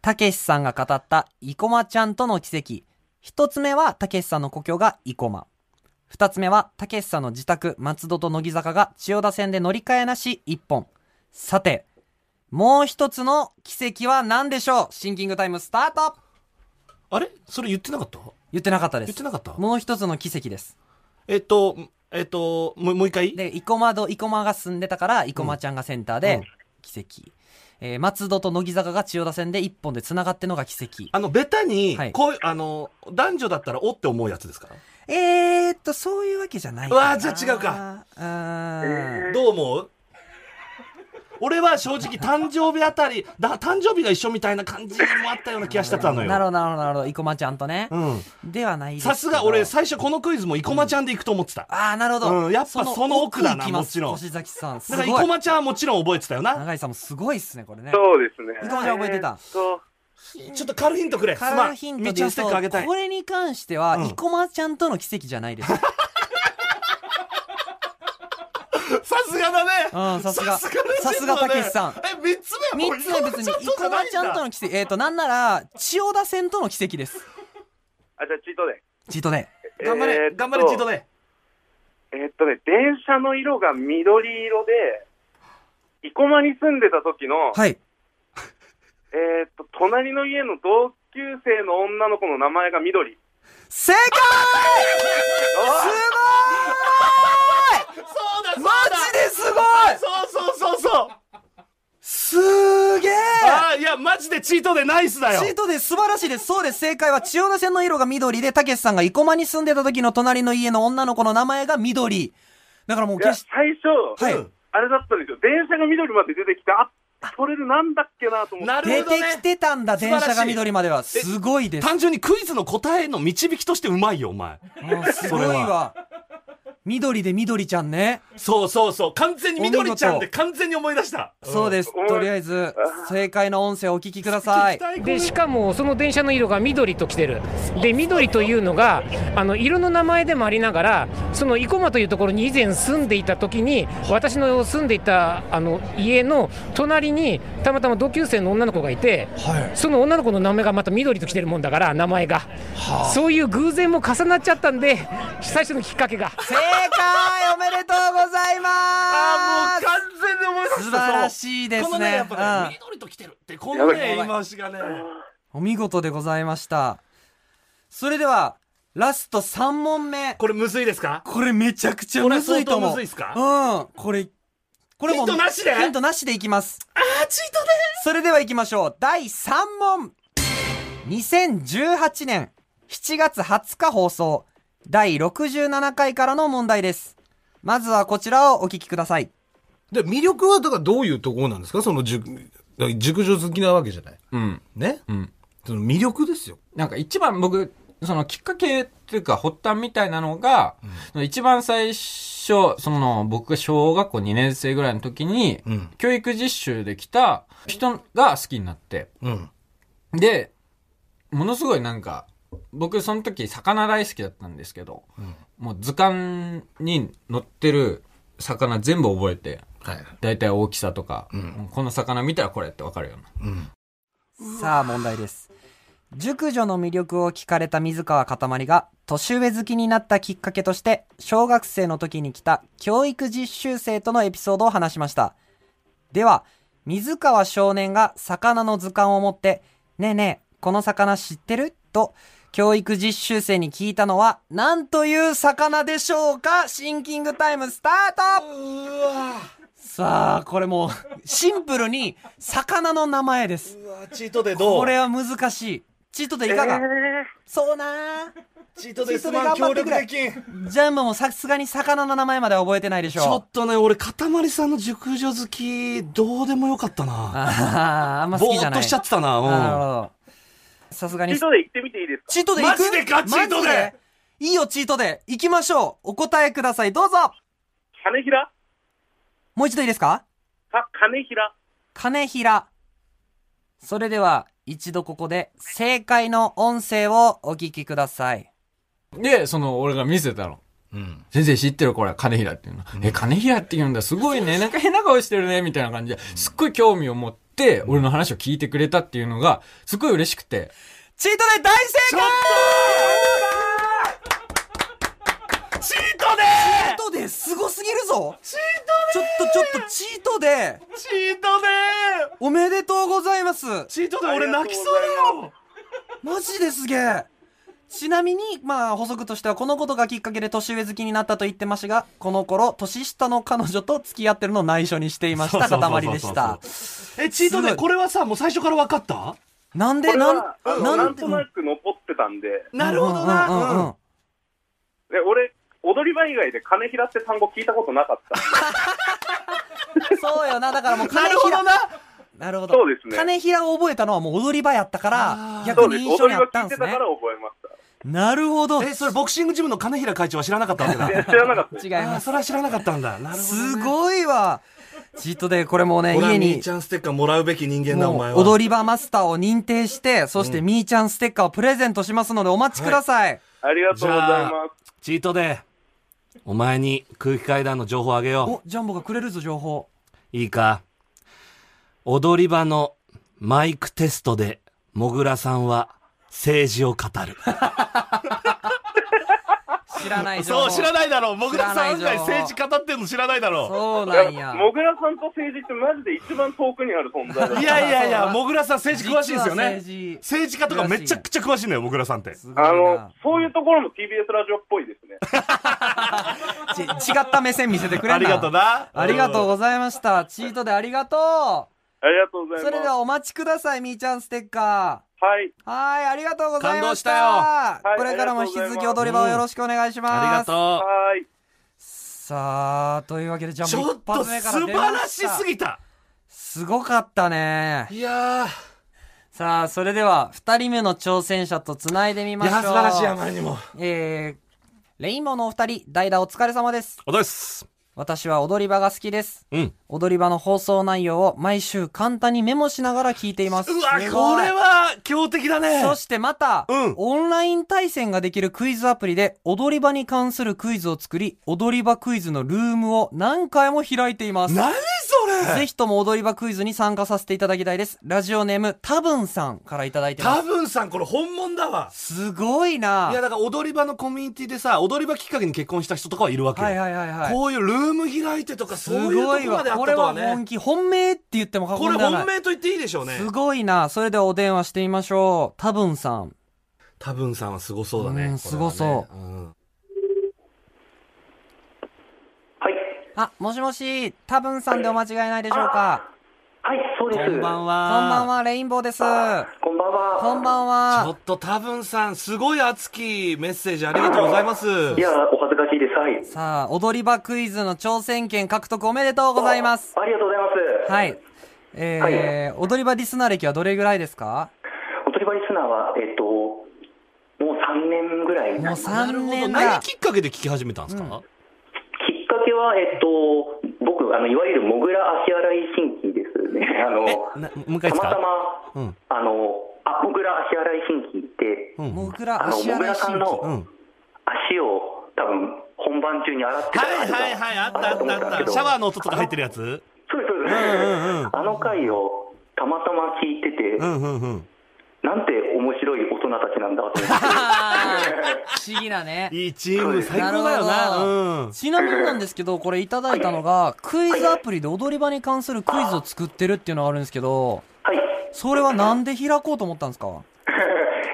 S1: たけしさんが語った生駒ちゃんとの奇跡一つ目はたけしさんの故郷が生駒二つ目はたけしさんの自宅松戸と乃木坂が千代田線で乗り換えなし一本さてもう一つの奇跡は何でしょうシンキングタイムスタート
S2: あれそれ言ってなかった
S1: 言ってなかったで
S2: 言って
S1: す
S2: なかった
S1: もう一つの奇跡です
S2: えっと、えっと、もうもう一回
S1: で、生駒戸、生駒が進んでたから、生駒ちゃんがセンターで、
S2: うん
S1: 奇跡。えー松戸と乃木坂が千代田線で一本で繋がってのが奇跡。
S2: あの、ベタに
S1: はい、
S2: こういう、あの、男女だったらおって思うやつですか
S1: えーっと、そういうわけじゃないか
S2: う
S1: な
S2: わーじゃあ違うか。
S1: うーん。
S2: どう思う俺は正直誕生日あたり、だ、誕生日が一緒みたいな感じもあったような気がしてたの
S1: なる
S2: よ。
S1: ほど、なるほど、なるほど。生駒ちゃんとね。
S2: うん。
S1: ではないですけど
S2: さすが俺最初このクイズも生駒ちゃんで行くと思ってた。
S1: ああ、なるほど。
S2: うんやっぱその奥だな
S1: 行きます
S2: もちろん
S1: 星崎さん、す
S2: だ
S1: ご
S2: から
S1: い。
S2: 生駒ちゃんはもちろん覚えてたよな。
S1: 長井さんもすごいっすね、これね。
S3: そうですね。
S1: 生駒ちゃん覚えてた
S3: えーっと、
S2: ちょっと軽いヒントくれ。
S1: カラーヒントで
S2: めっち
S1: 言
S2: ゃ
S1: う
S2: ステッカーあげた
S1: と、
S2: い
S1: こ。れに関しては、
S2: うん
S1: 生駒ちゃんとの奇跡じゃないです。
S2: さすがだね。
S1: うんさすが
S2: だね
S1: さすがたけしさん
S2: え、三つ
S1: 三
S2: 目は
S1: つ目別に、生駒ちゃんと
S2: の。
S1: の奇跡。えっと、なんなら、千代田線との奇跡です。
S3: あ、じゃあチートで。
S1: チートで。
S2: 頑張
S3: えーっ
S2: れ、
S3: と
S2: 頑張れ、チートで。
S3: えーっとね、電車の色が緑色で、生駒に住んでた時の、
S1: はい。
S3: えーっと、隣の家の同級生の女の子の名前が緑。
S1: 正解
S2: そうだ、そう
S1: マ
S2: だ
S1: ジですごい
S2: そうそうそうそう。
S1: すーげえ
S2: あーいや、マジでチートでナイスだよ
S1: チ。ートです素晴らしいです。そうです。正解は千代田線の色が緑で、たけしさんが生駒に住んでた時の隣の家の女の子の名前が緑。だからもう
S3: いや、
S1: 決し
S3: 最初、
S1: はい
S3: あれだったんですよ。電車が緑まで出てきて、あ、それでなんだっけなと思って。
S2: なる
S1: 出
S2: ほ
S1: て
S2: どね。
S1: きてたんだ、
S2: 素晴
S1: 電
S2: らし
S1: 車
S2: い
S1: が緑までは。すごいです。
S2: 単純にクイズの答えの導きとしてうまいよ、お前。
S1: もうすごい
S2: それ
S1: わ。緑で緑ちゃんね。
S2: そうそうそう。完全に緑ちゃん
S1: お見
S2: で
S1: 事
S2: 完全に思い出した。
S1: そうです
S3: う。ん
S1: とりあえず、正解の音声をお聞きください。
S5: でしかもその電車の色が緑と来てるで緑というのがあの色の名前でもありながらその生駒というところに以前住んでいた時に私の住んでいたあの家の隣にたまたま同級生の女の子がいて
S6: はい。
S5: その女の子の名前がまた緑と来てるもんだから名前がそういう偶然も重なっちゃったんで最初のきっかけが
S1: 正解おめでとうござい
S2: あ
S1: ま
S2: ーもう完全に思い出した。
S1: す素晴らしいですね
S2: このね、やっぱ
S1: うん
S2: ね、緑と来てるって、このね、
S1: やば
S2: 言
S1: い
S2: い回しがね。
S1: す。お見事でございました。それでは、ラスト3問目。
S2: これむずいですか
S1: これめちゃくちゃむずいと思う。
S2: これ相当むずいっすか
S1: うん。これ、これも。
S2: ヒントなしで
S1: ヒントなしでいきます。
S2: あー、チートで
S1: それでは行きましょう。第3問。2018年7月20日放送。第67回からの問題です。まずはこちらをお聞きください。
S7: で、魅力は、だからどういうところなんですかその熟、だから熟女好きなわけじゃない。
S4: うん。
S7: ね、
S4: うん。
S7: その魅力ですよ。
S4: なんか一番僕、そのきっかけっていうか発端みたいなのが、その一番最初、その僕が小学校2年生ぐらいの時に、
S7: ん
S4: 教育実習で来た人が好きになって、
S7: うん。
S4: で、ものすごいなんか、僕その時魚大好きだったんですけど、もう図鑑に載ってる魚全部覚えて、
S7: はい。
S4: 大体大きさとか、
S7: ん
S4: もうこの魚見たらこれってわかるような。
S7: うん。
S1: さあ問題です。熟女の魅力を聞かれた水川かたまりが、年上好きになったきっかけとして、小学生の時に来た教育実習生とのエピソードを話しました。では、水川少年が魚の図鑑を持って、ねえねえ、この魚知ってると、教育実習生に聞いたのは、何という魚でしょうかシンキングタイムスタートさあ、これもう、シンプルに、魚の名前です。
S2: うわ、チートでどう
S1: これは難しい。チートでいかが、そうな
S2: チート
S1: で
S2: ですす
S1: ま
S2: ま
S1: ん
S2: ん、
S1: 協
S2: 協
S1: 力で
S2: 力で
S1: き
S2: きん。
S1: ージャンボもさすがに魚の名前までは覚えてないでし
S2: ちょ
S1: ょ
S2: っとね、俺、かたまりさんの熟女好き、どうでもよかったな。
S1: ああ、あんま好き
S2: ぼ
S1: じ
S2: ー
S1: ゃ
S2: っ
S1: ない。
S2: としちゃってたな。
S1: あなる
S2: うん。
S1: ほど。さすが
S3: チ
S1: に
S3: ー。トで行ってみていいですか
S1: チートで行く
S2: マジでかチートで
S1: マジいいよ、チートで行きましょうお答えください、どうぞ
S3: 金平
S1: もう一度いいですか
S3: か、金平。
S1: 金平。それでは、一度ここで正解の音声をお聞きください。
S4: で、その俺が見せたの。
S7: うん。
S4: 先生知ってるこれ、金平っていうの。え、金平って言うんだ。すごいね。 なんか変な顔してるね。みたいな感じで、すっごい興味を持って、俺の話を聞いてくれたっていうのが、すごい嬉しくて。
S1: チートで大正解
S2: チートで
S1: チートですごすぎるぞチートでちょっとちょっとチートで
S2: チートで
S1: おめでとうございます
S2: チートで俺泣きそうだよ
S1: マジですげえちなみに、まあ、補足としては、このことがきっかけで年上好きになったと言ってましたが、この頃、年下の彼女と付き合ってるのを内緒にしていました、
S2: そうそうそうそう
S1: 塊でした。
S2: え、チート
S1: す
S2: で、
S1: ごい
S2: これはさ、もう最初から分かった
S1: なんで、
S3: これ
S1: なん
S3: は、あ、の
S1: な
S3: なんとなく残ってたんで、
S2: なるほどな。
S1: うんうんうんうん
S3: で俺、踊り場以外で金平って単語聞いたことなかっ た。
S1: そうよな、だからもう金
S2: なるほ
S1: 平
S2: ど。な。
S1: なるほど。
S3: そうですね
S1: 金平を覚えたのはもう踊り場やったから、
S3: そ
S1: 逆
S3: うで
S1: に
S3: す。
S1: 印象に
S3: 踊り
S1: あ
S3: 場
S1: った
S3: 聞
S1: ん
S3: い
S1: で
S3: て
S1: す
S3: た
S1: ね
S3: から。覚えました。
S1: なるほど。
S2: え、それボクシングジムの金平会長は知らなかったわけだ。
S3: で知らなかったです
S1: 違い
S2: あ
S1: ま
S2: ー
S1: す。
S2: それは知らなかったんだ。なるほどね。
S1: すごいわ。チートでこれもうね、
S7: ほら
S1: 家
S7: みー
S1: に
S7: ち。ゃんステッカーもらうべき人間だ、お
S1: も
S7: 前
S1: う
S7: は。
S1: 踊り場マスターを認定して、そしてみーちゃんステッカーをプレゼントしますのでお待ちください。
S3: ありがとうございます。
S2: チートで、お前に空気階段の情報あげよう。
S1: お、ジャンボがくれるぞ、情報。
S2: いいか。踊り場のマイクテストで、もぐらさんは政治を語る。
S1: 知らない情報。
S2: そう、知らないだろう。もぐらさん案
S1: 知らない情
S2: 外
S1: 報
S2: 政治語ってんの知らないだろ
S1: そう
S3: いや
S1: なんや。
S3: もぐらさんと政治ってマジで一番遠くにある存在だ
S2: う。いやいやい
S1: そう
S2: や、
S1: だ
S2: もぐらさん政治詳しいですよね。
S1: 実は政治
S2: 政治家とかめちゃくちゃ詳しいのよ、もぐらさんって。
S1: すごいな
S3: あの、そういうところも TBS ラジオっぽいですね。
S1: ち違った目線見せてくれんな
S2: ありがとうな。
S1: ありがとう
S2: うん。
S1: ございました。チートでありがと
S3: ありがとうご
S1: う。
S3: ざい
S1: そ
S3: ます。
S1: れではお待ちください、みーちゃんステッカー。
S3: はい。
S1: はーい、ありがとうございました。
S2: 感
S3: 動したよはい
S1: これからも引き続き
S3: ありがと
S1: 踊り
S3: うございます
S1: 場をよろしくお願いします。
S2: ありがとう。
S3: はい。
S1: さあ、というわけで、じゃあ
S2: ち
S1: も
S2: ょ
S1: う
S2: っ
S1: 一発
S2: と素
S1: 目から
S2: 晴
S1: 出ま
S2: ら
S1: した
S2: しすぎた。
S1: すごかったね。
S2: いや
S1: さあ、それでは、二人目の挑戦者とつないでみ
S2: ー、
S1: ま
S2: い
S1: しょう。
S2: や、素晴らしい、あまりにも。
S1: えー、レインボーのお二人、代打お疲れ様です。
S2: おどす。
S1: 私は踊り場が好きです。
S2: うん。
S1: 踊り場の放送内容を毎週簡単にメモしながら聞いています。
S2: うわ、こ
S1: す
S2: れ
S1: ごい
S2: は強敵だね。
S1: そしてまた、
S2: うん
S1: オンライン対戦ができるクイズアプリで踊り場に関するクイズを作り、踊り場クイズのルームを何回も開いています。
S2: 何それ
S1: ぜひとも踊り場クイズに参加させていただきたいです。ラジオネーム、たぶんさんからいただいてます。
S2: 多分さん、これ本物だわ。
S1: すごいない
S2: や、だから踊り場のコミュニティでさ、踊り場きっかけに結婚した人とかはいるわけよ。
S1: はいはいはいはい。
S2: こういうルーム開いてとか、
S1: す
S2: そういうと
S1: ごい
S2: こま
S1: わ。
S2: であっ
S1: こ
S2: た
S1: れ
S2: とは
S1: は本
S2: ね。
S1: 気、本命って言っても過
S2: こ
S1: 言
S2: れ
S1: ではな
S2: 本
S1: い。
S2: 命と言っていいでしょうね。
S1: すごいな。それではお電話してみましょう。たぶんさん。
S2: 多分さんはすごそうだ
S1: うん
S2: ね。。
S1: すごそう
S2: うん。
S8: はい。
S1: あ、もしもし、たぶんさんでお間違いないでしょうか。
S8: はい、そうです。
S2: こんばん
S8: は。
S1: こんばん
S2: は。
S1: は、レインボーです。
S8: こんばんは。
S1: こんばんは。
S2: ちょっと多分さん、すごい熱きメッセージありがとうございます。
S8: いや、お恥ずかしいです。はい。
S1: さあ、踊り場クイズの挑戦権獲得おめでとうございます。
S8: ありがとうございます。
S1: はい。えー踊り場リスナー歴はどれぐらいですか
S8: おとり場リスナーは、えっと、もう3年ぐらい。きっ
S1: もう
S8: か
S2: なる
S1: 3
S2: ほど。
S1: 年
S2: 何
S1: だ。
S2: きっかけで聞き始めたんですか
S8: けは、えっと、僕、あの、いわゆるモグラ足洗い神器ですね。あの、
S2: なもう一
S8: た
S2: 回いいです
S8: また
S2: か
S8: ま、
S2: うん
S8: あの、あ、モグラ足洗い神器って、
S2: うん
S1: もぐ
S8: あ
S1: ら
S8: の、
S1: 足
S8: モグ
S1: 洗い
S8: ラさん
S1: 神器。
S8: の足を、多分、本番中に洗ってた
S2: はいはいはい、あったあったあった。シャワーの音とか入ってるやつ
S8: そうです、そうです。あの回を、たまたま聞いてて、
S2: うんうんうん。
S8: なんて面白い大人たちなんだと 思って。
S1: あー不思議なね。
S2: いいチーム、最高だよ
S1: なるほ
S2: な。うん。
S1: ちなみになんですけど、これいただいたの が、クイズアプリで踊り場に関するクイズを作ってるっていうのがあるんですけど、
S8: はい。
S1: それはなんで開こうと思ったんですか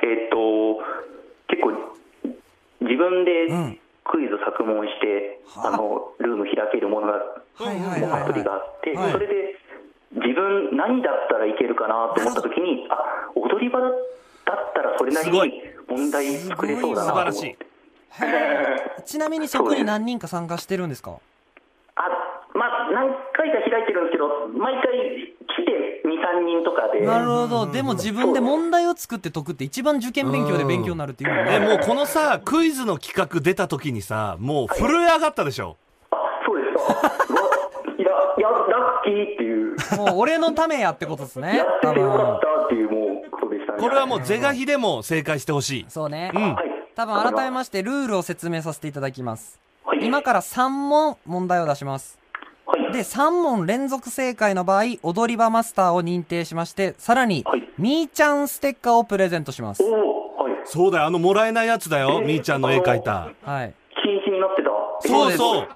S8: えっと、結構、自分で
S1: ん
S8: クイズ作文して、
S1: はあ
S8: あの、ルーム開けるものが、
S1: はいはいはい
S8: アプリがあ
S1: は
S8: って、
S1: はい
S8: それで、自分何だったらいけるかなと思った時に、あ、踊り場だったらそれなり
S2: すご
S8: に
S2: い
S8: 問題作れそうだ
S2: 素晴
S8: な
S2: ら
S8: と
S2: し
S8: 思っ
S2: い
S8: て。。
S1: い。ちなみにそこに何人か参加してるんですか
S8: あ、まあ、何回か開いてるんですけど、毎回来て2、3人とかで。
S1: なるほど。でも自分で問題を作って解くって一番受験勉強で勉強になるっていうの
S2: え、
S1: ね。
S2: もうこのさ、クイズの企画出た時にさ、もう震え上がったでしょ。
S8: あ、そうですか。うわいや、いや、ラッキーっていう、
S1: もう俺のためやってことですね
S8: や。って
S1: 多
S8: てよか
S1: 分
S8: っ。たっていう、もう、ことでしたね。
S2: これはも
S8: は
S2: う是が非でも正解してほしい。
S1: そうね。
S2: うん。
S8: い。
S1: 多分改めましてルールを説明させていただきます。今から3問問題を出します。
S8: はい。
S1: で、3問連続正解の場合、踊り場マスターを認定しまして、さらに
S8: はい、
S1: みーちゃんステッカーをプレゼントします。
S8: おーはい。
S2: そうだよ、あのもらえないやつだよ、
S8: えー
S2: みーちゃんの絵描いた。
S1: はい。
S8: 禁止になってた。
S2: そう
S1: です
S2: そう。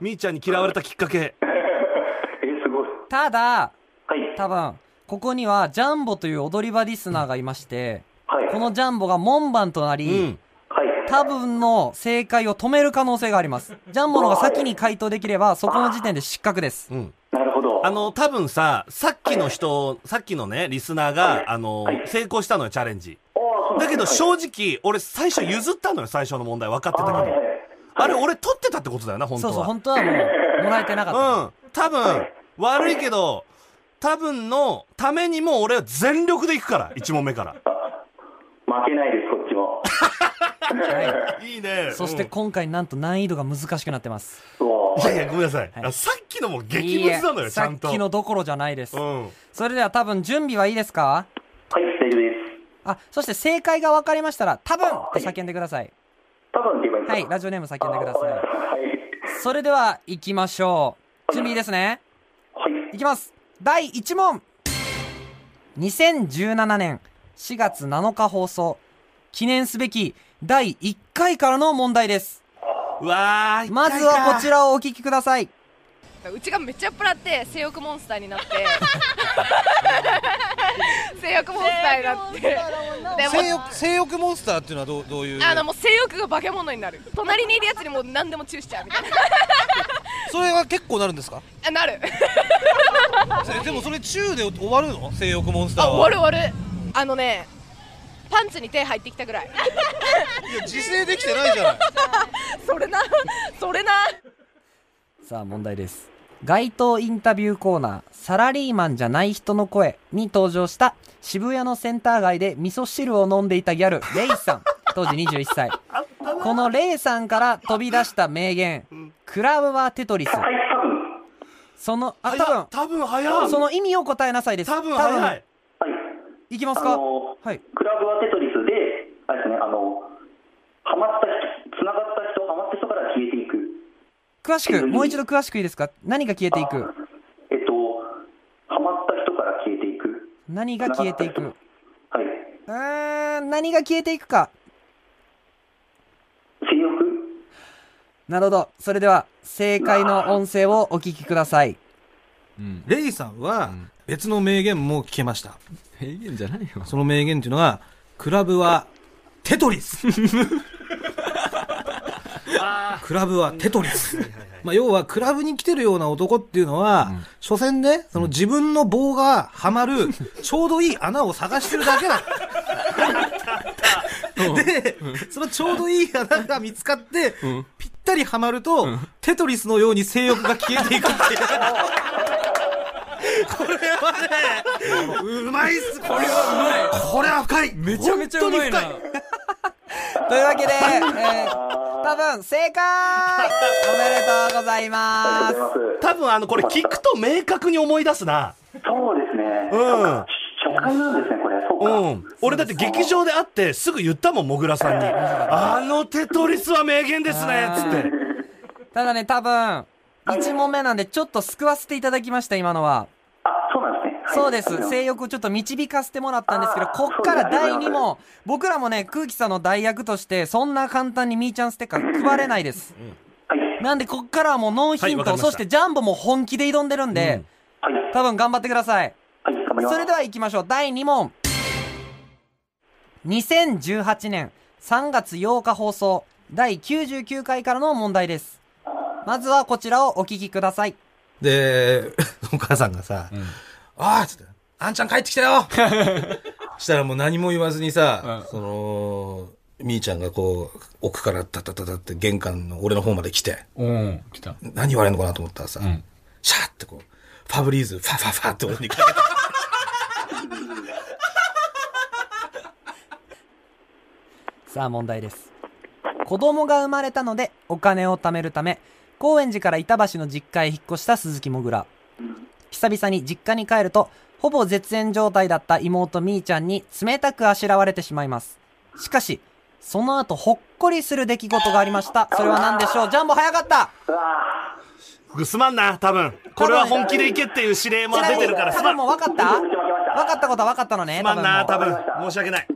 S2: みーちゃんに嫌われたきっかけ。
S8: えー、すごい。
S1: ただ、
S8: はい。
S1: 多分、ここにはジャンボという踊り場リスナーがいまして、
S8: はい。
S1: このジャンボが門番となり、
S2: うん。
S8: はい。
S1: 多分の正解を止める可能性があります。ジャンボのが先に回答できれば、そこの時点で失格です。
S2: うん。
S8: なるほど。
S2: あの、多分さ、さっきの人、さっきのね、リスナーが、あの、
S8: はい
S2: 成功したのよ、チャレンジ。
S8: ああ、そう
S2: だけど、
S8: 正
S2: 正直、俺、最初譲ったのよ、最初の問題。分かって
S8: あ
S2: た
S8: はい
S2: け
S8: はい
S2: ど。。あれ、俺、取ってたってことだよな、本当
S1: そうそ
S2: は。
S1: う、本当はもう、もらえてなかった。
S2: うん。多分、悪いけど、多分のためにもう俺は全力で行くから、1問目か
S8: 負けないです、こっちも。
S2: ら。いいね
S1: そして今回なんと難易度が難しくなってます。
S8: うわ
S2: いやいや、ごめんなさい。
S1: はい
S2: あさっきのも激ムズなの
S1: いいえ
S2: よ、ちゃんと。
S1: さっきのどころじゃないです。
S2: うん。
S1: それでは多分準備はいいですか
S8: はい、大丈夫です。
S1: あ、そして正解が分かりましたら、多分と叫んでください。
S8: 多分って言えばいい
S1: は
S8: んですか
S1: い、ラジオネーム叫んでください。
S8: はい。
S1: それでは行きましょう。準備いいですね。
S8: はい
S1: いきます。第1問。2017年4月7日放送。記念すべき第1回からの問題です。
S2: うわー、
S1: まずはこち
S2: ら。
S1: らをお聞きください。
S9: うちがめっちゃ酔っ払って性欲モンスターになって 性欲モンスターになって
S6: 性
S9: でも
S6: 欲性欲モンスターっていうのはどうどういう
S9: あのもう性欲が化け物になる隣にいるやつにもう何でもチューしちゃうみたいな
S6: それは結構なるんですか
S9: あなる
S6: せでもそれ中で終わるの性欲モンスター
S9: あ
S6: は
S9: 終わる終わるあのねパンツに手入ってきたぐらい
S6: いや自制できてないじゃない
S9: それなそれな
S1: さあ問題です。街頭インタビューコーナー、サラリーマンじゃない人の声に登場した渋谷のセンター街で味噌汁を飲んでいたギャル、レイさん。 当時21歳。このレイさんから飛び出した名言、クラブはテトリス。
S8: はい、多分。
S1: その、あ、多
S2: 早い
S1: 分、
S2: 多分早い。
S1: その意味を答えなさいです。
S2: 多分早い。
S8: はい。
S1: い。いきます
S8: あ
S1: か
S8: の
S1: はい。
S8: クラブはテトリスで、あれですね、あの、ハマった人、つながった人、ハマった人から消えていく。
S1: 詳しく、もう一度詳しくいいですか何が消えていく
S8: えっと、ハマった人から消えていく。
S1: 何が消えていく
S8: はい。
S1: うーん、何が消えていくか。
S8: 性欲
S1: なるほど。それでは、正解の音声をお聞きください。
S4: うん。
S7: レイさんは、別の名言も聞けました。
S4: 平言じゃないよ。
S7: その名言っていうのは、クラブは、テトリスクラブはテトリス。まあ、要は、クラブに来てるような男っていうのは、所詮ね、その自分の棒がはまる、ちょうどいい穴を探してるだけだ。で、そのちょうどいい穴が見つかって、ぴったりはまると、テトリスのように性欲が消えていくっていう。これはね、うまいっす、これはうまい。これは深い。めちゃめちゃうまいな。
S1: というわ けで、えー、多分正解おめでとうございま
S8: あ
S1: す
S8: りがとうございます。
S2: 多分あの、これ聞くと明確に思い出すな。
S8: そうですね。
S2: うん
S8: 初回なんですね、これ。そう
S2: う
S8: か。
S2: ん。俺だって劇場で会ってすぐ言ったもん、もぐらさんに。あのテトリスは名言ですね、つって。
S1: ただね、多分、1問目なんでちょっと救わせていただきました、今のは。
S8: あ、そうなんですね。はい
S1: そうで
S8: あり
S1: す。
S8: がと
S1: 性欲をちょっと導かせてもらったんですけど、
S8: あー
S1: こっから第
S8: そうです
S1: 2
S8: ね
S1: 問、僕らもね、空気さんの代役として、そんな簡単にみーちゃんステッカー配れないです。
S8: うございま
S1: なんで、こっからはもうノン
S2: は
S1: ヒ
S2: い
S1: ン
S2: わか
S1: ト、
S2: りま
S1: そ
S2: した
S1: してジャンボも本気で挑んでるんで、
S8: す。はい。はい。
S1: 多分頑張ってください。
S8: はい、頑張ります。
S1: それでは行きましょう。第2問。2018年3月8日放送、第99回からの問題です。まずはこちらをお聞きください。
S7: で、 お母さんがさ、ああっつって、あんちゃん帰ってきたよしたらもう何も言わずにさ、その、みーちゃんがこう、奥からタタタタって玄関の俺の方まで来て、
S4: うん。来た。
S7: 何言われるのかなと思ったらさ、
S4: ん
S7: シャーってこう、ファブリーズ、ファファファって俺にかけて。
S1: さあ問題です。子供が生まれたのでお金を貯めるため、高円寺から板橋の実家へ引っ越した鈴木もぐら。久々に実家に帰ると、ほぼ絶縁状態だった妹みーちゃんに冷たくあしらわれてしまいます。しかし、その後ほっこりする出来事がありました。それは何でしょうジャンボ早かった
S2: ぐすまんな、多分。これは本気でいけっていう指令も
S1: ちな
S2: 出
S1: み
S2: て
S1: に
S2: るから、
S1: 多
S2: すま
S1: 分
S2: ん。
S1: もう
S2: す
S1: 分かった分かったことは分かったのね。
S2: まんな、
S1: 多
S2: 多
S1: 分もう
S2: 分。申し訳ない。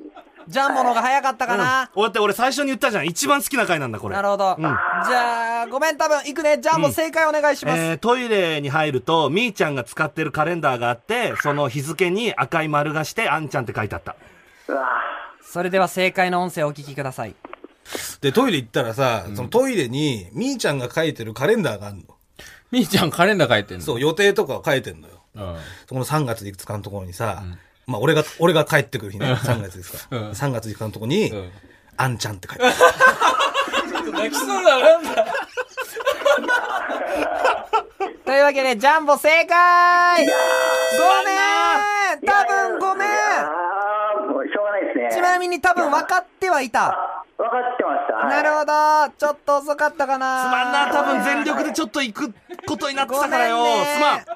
S1: ジャンボのが早かったかな、
S2: うん、だって俺最初に言ったじゃん。一番好きな回なんだ、これ。
S1: なるほど。じゃあ、ごめん、多分行くね。ジャンボ正解お願いします。
S2: えー、トイレに入ると、みーちゃんが使ってるカレンダーがあって、その日付に赤い丸がして、あんちゃんって書いてあった。
S1: それでは正解の音声をお聞きください。
S7: で、トイレ行ったらさ、そのトイレに、みーちゃんが書いてるカレンダーがあるの。
S4: みーちゃんカレンダー書いてんの
S7: そう、予定とかを書いてんのよ。
S4: うん。
S7: そこの3月いくつかのところにさ、まあ俺が、俺が帰ってくる日ね、3月ですか。
S4: うん
S7: 3月いくつかのところに、
S4: うん
S7: あんちゃんって書いてある。
S4: 泣きそうだ、なんだ。
S1: というわけで、ジャンボ正解ごめん多分ごめん
S8: あー、もうしょうがないですね。
S1: ちなみに多分分かってはいた。
S8: 分かってました。
S1: なる
S8: ほど。
S1: ほどちょっと遅かったかな
S2: すまんな、多分全力でちょっと行くことになってたからよ
S1: ごめんね。
S2: すまん。
S8: いやいや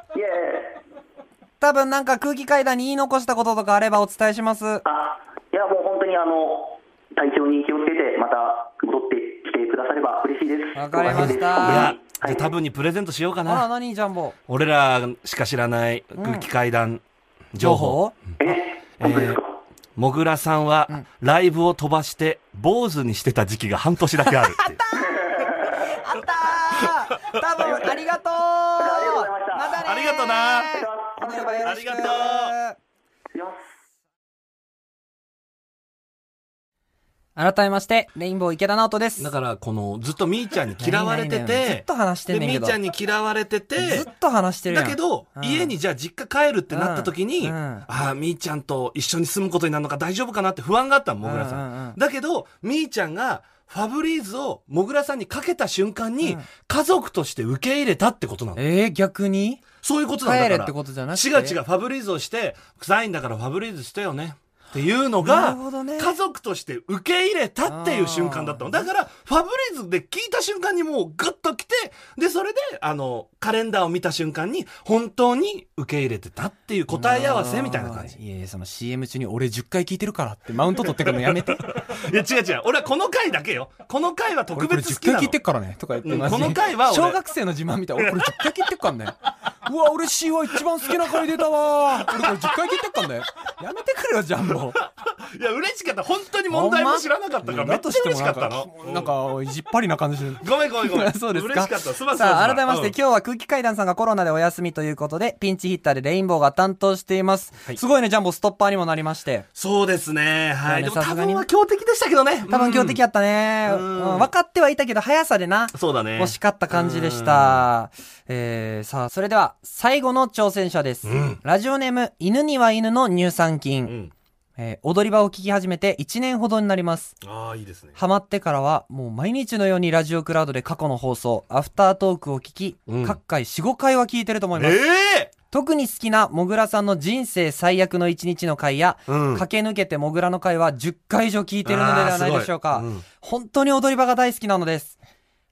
S1: 多分なんか空気階段に言い残したこととかあればお伝えします。
S8: あ、いや、もう本当にあの、体調に気をつけて、また戻ってきてくだされば嬉しいです。
S1: わかりまし
S2: いや
S1: た。、
S2: じゃあ多分にプレゼントしようか
S1: あら、
S2: な。
S1: 何ジャンボ
S2: 俺らしか知らない空気階段情報。
S8: え、本当ですか、
S2: もぐらさんは、ライブを飛ばして、坊主にしてた時期が半年だけあるっていう。
S1: あったー多分ありがとう
S8: ありがとうございました
S1: またねー
S2: ありがとうな
S1: お願いします
S2: ありがと
S8: いや
S1: 改めまして、レインボー池田直人です。
S2: だから、この、ずっとみーちゃんに嫌われて、
S1: 何々ずってと話して
S2: で、
S1: んねん
S2: み
S1: け
S2: ー
S1: ど。
S2: ちゃんに嫌われてて、
S1: ずっと話してるやん。
S2: だけど、
S1: うん
S2: 家にじゃあ実家帰るってなった時に、
S1: うんうん
S2: ああ、みーちゃんと一緒に住むことになるのか大丈夫かなって不安があったのもぐらさん。
S1: うんうんうん
S2: だけど、みーちゃんが、ファブリーズをもぐらさんにかけた瞬間に、
S1: うん
S2: 家族として受け入れたってことなの。
S1: えー、逆に
S2: そういうことなんだか
S1: 帰
S2: ら。
S1: れってことじゃなくて。
S2: 違う違う、ファブリーズをして、サインだからファブリーズしてよね。っていうの
S1: な
S2: が
S1: るほど、ね
S2: 家族として受け入れたっていう瞬間だったの。
S1: あー
S2: だから、ファブリーズで聞いた瞬間にもうグッと来て、で、それで、あの、カレンダーを見た瞬間に、本当に受け入れてたっていう答え合わせみたいな感じ。
S10: いやいやその CM 中に俺10回聞いてるからってマウント取ってくるのやめて
S2: いや、違う違う。俺はこの回だけよ。この回は特
S10: 俺これ10
S2: 別好き
S10: 回
S2: な
S10: 聞
S2: の
S10: いて。るからねとか言ってます、
S2: うんこの回は俺
S10: 小学生の自慢みたい俺これ10回聞いてるからねうわ俺 C は一番好きな回出たわ俺これ10回聞いてるからねやめてくれよジャンボ
S2: いや、嬉しかった。本当に問題も知らなかったから、めっちゃ嬉しかったの。
S10: なんかなんかじっぱりな感じで
S2: ごめんご めんごめん。
S10: そうですか
S2: 嬉しかった。すまんすまんす
S1: さ
S2: ま
S1: あ、改
S2: ん
S1: めまして、
S2: うん
S1: 今日は空気階段さんがコロナでお休みということで、ピンチヒッターでレインボーが担当しています。すごいね、ジャンボストッパーにもなりまして。
S2: そうですね。はい。
S1: だよね
S2: でも
S1: さ
S2: 多
S1: すがに
S2: 分は強敵でしたけどね。
S1: 多分強敵やったね。う
S2: うんん
S1: 分かってはいたけど、速さでな。
S2: そうだね。
S1: 惜しかった感じでした。えー、さあ、それでは、最後の挑戦者です。
S2: ん
S1: ラジオネーム、犬には犬の乳酸菌。
S2: うん。
S1: えー踊り場を聞き始めて1年ほどになります。
S2: ああ、いいですね。
S1: ハマってからは、もう毎日のようにラジオクラウドで過去の放送、アフタートークを聞き、
S2: うん
S1: 各回4、5回は聞いてると思い
S2: え
S1: ます。
S2: え
S1: 特に好きなもぐらさんの人生最悪の一日の回や、
S2: うん
S1: 駆け抜けてもぐらの回は10回以上聞いてるのではないでしょうか。
S2: あーすごいうん
S1: 本当に踊り場が大好きなのです。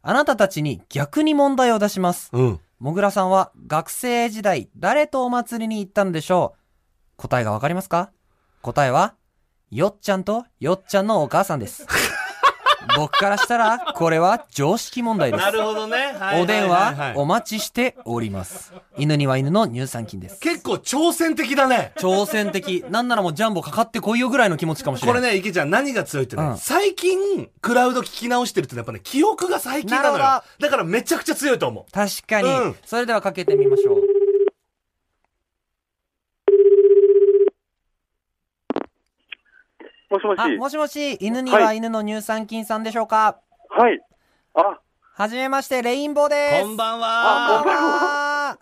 S1: あなたたちに逆に問題を出します。
S2: うん。
S1: もぐらさんは学生時代誰とお祭りに行ったのでしょう答えがわかりますか答えは、よっちゃんとよっちゃんのお母さん です。僕からしたら、これは常識問題です
S2: な。るほどね。はいいいい
S1: お電話、お待ちしております。犬には犬の乳酸菌です。
S2: 結構挑戦的だね。
S1: 挑戦的。なんならもうジャンボかかってこいよぐらいの気持ちかもしれ
S2: こ
S1: な
S2: れ
S1: い。
S2: ね、池ちゃん何が強いってね、
S1: うん
S2: 最近、クラウド聞き直してるってのはやっぱね、記憶が最近なのよ。
S1: なるほ
S2: だからめちゃくちゃ強いと思う。
S1: 確かに、
S2: うん
S1: それではかけてみましょう。
S3: もしもし。
S1: あ、もしもし、犬には犬の乳酸菌さんでしょうか
S3: はい。あ、
S1: はじめまして、レインボーです。
S2: こんばん
S3: あ
S2: は。
S3: こんばん
S1: は。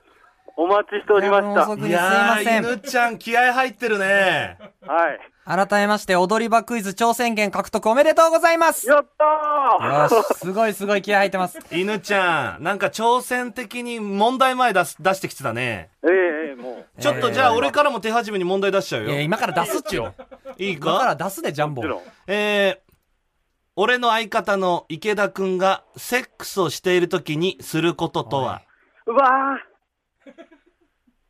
S3: お待ちしておりました。
S1: 遅くにす
S2: い
S1: いま
S2: や
S1: せ
S2: ー、
S1: ん。
S2: 犬ちゃん気合入ってるね。
S3: はい。
S1: 改めまして、踊り場クイズ挑戦権獲得おめでとうございます。よ
S3: やったー
S1: し、すごいすごい気合入ってます。
S2: 犬ちゃん、なんか挑戦的に問題前出す出してきてたね。
S3: ええええも
S2: ちょっとじゃあ俺からも手始めに問題出しちゃう
S1: い
S2: よ。
S1: や、今から出すっちゅうよ。
S2: いいか
S1: 今から出すで、ジャンボ
S3: う、もち。ろん。
S2: えー、俺の相方の池田くんがセックスをしている時にすることとは
S3: うわ ー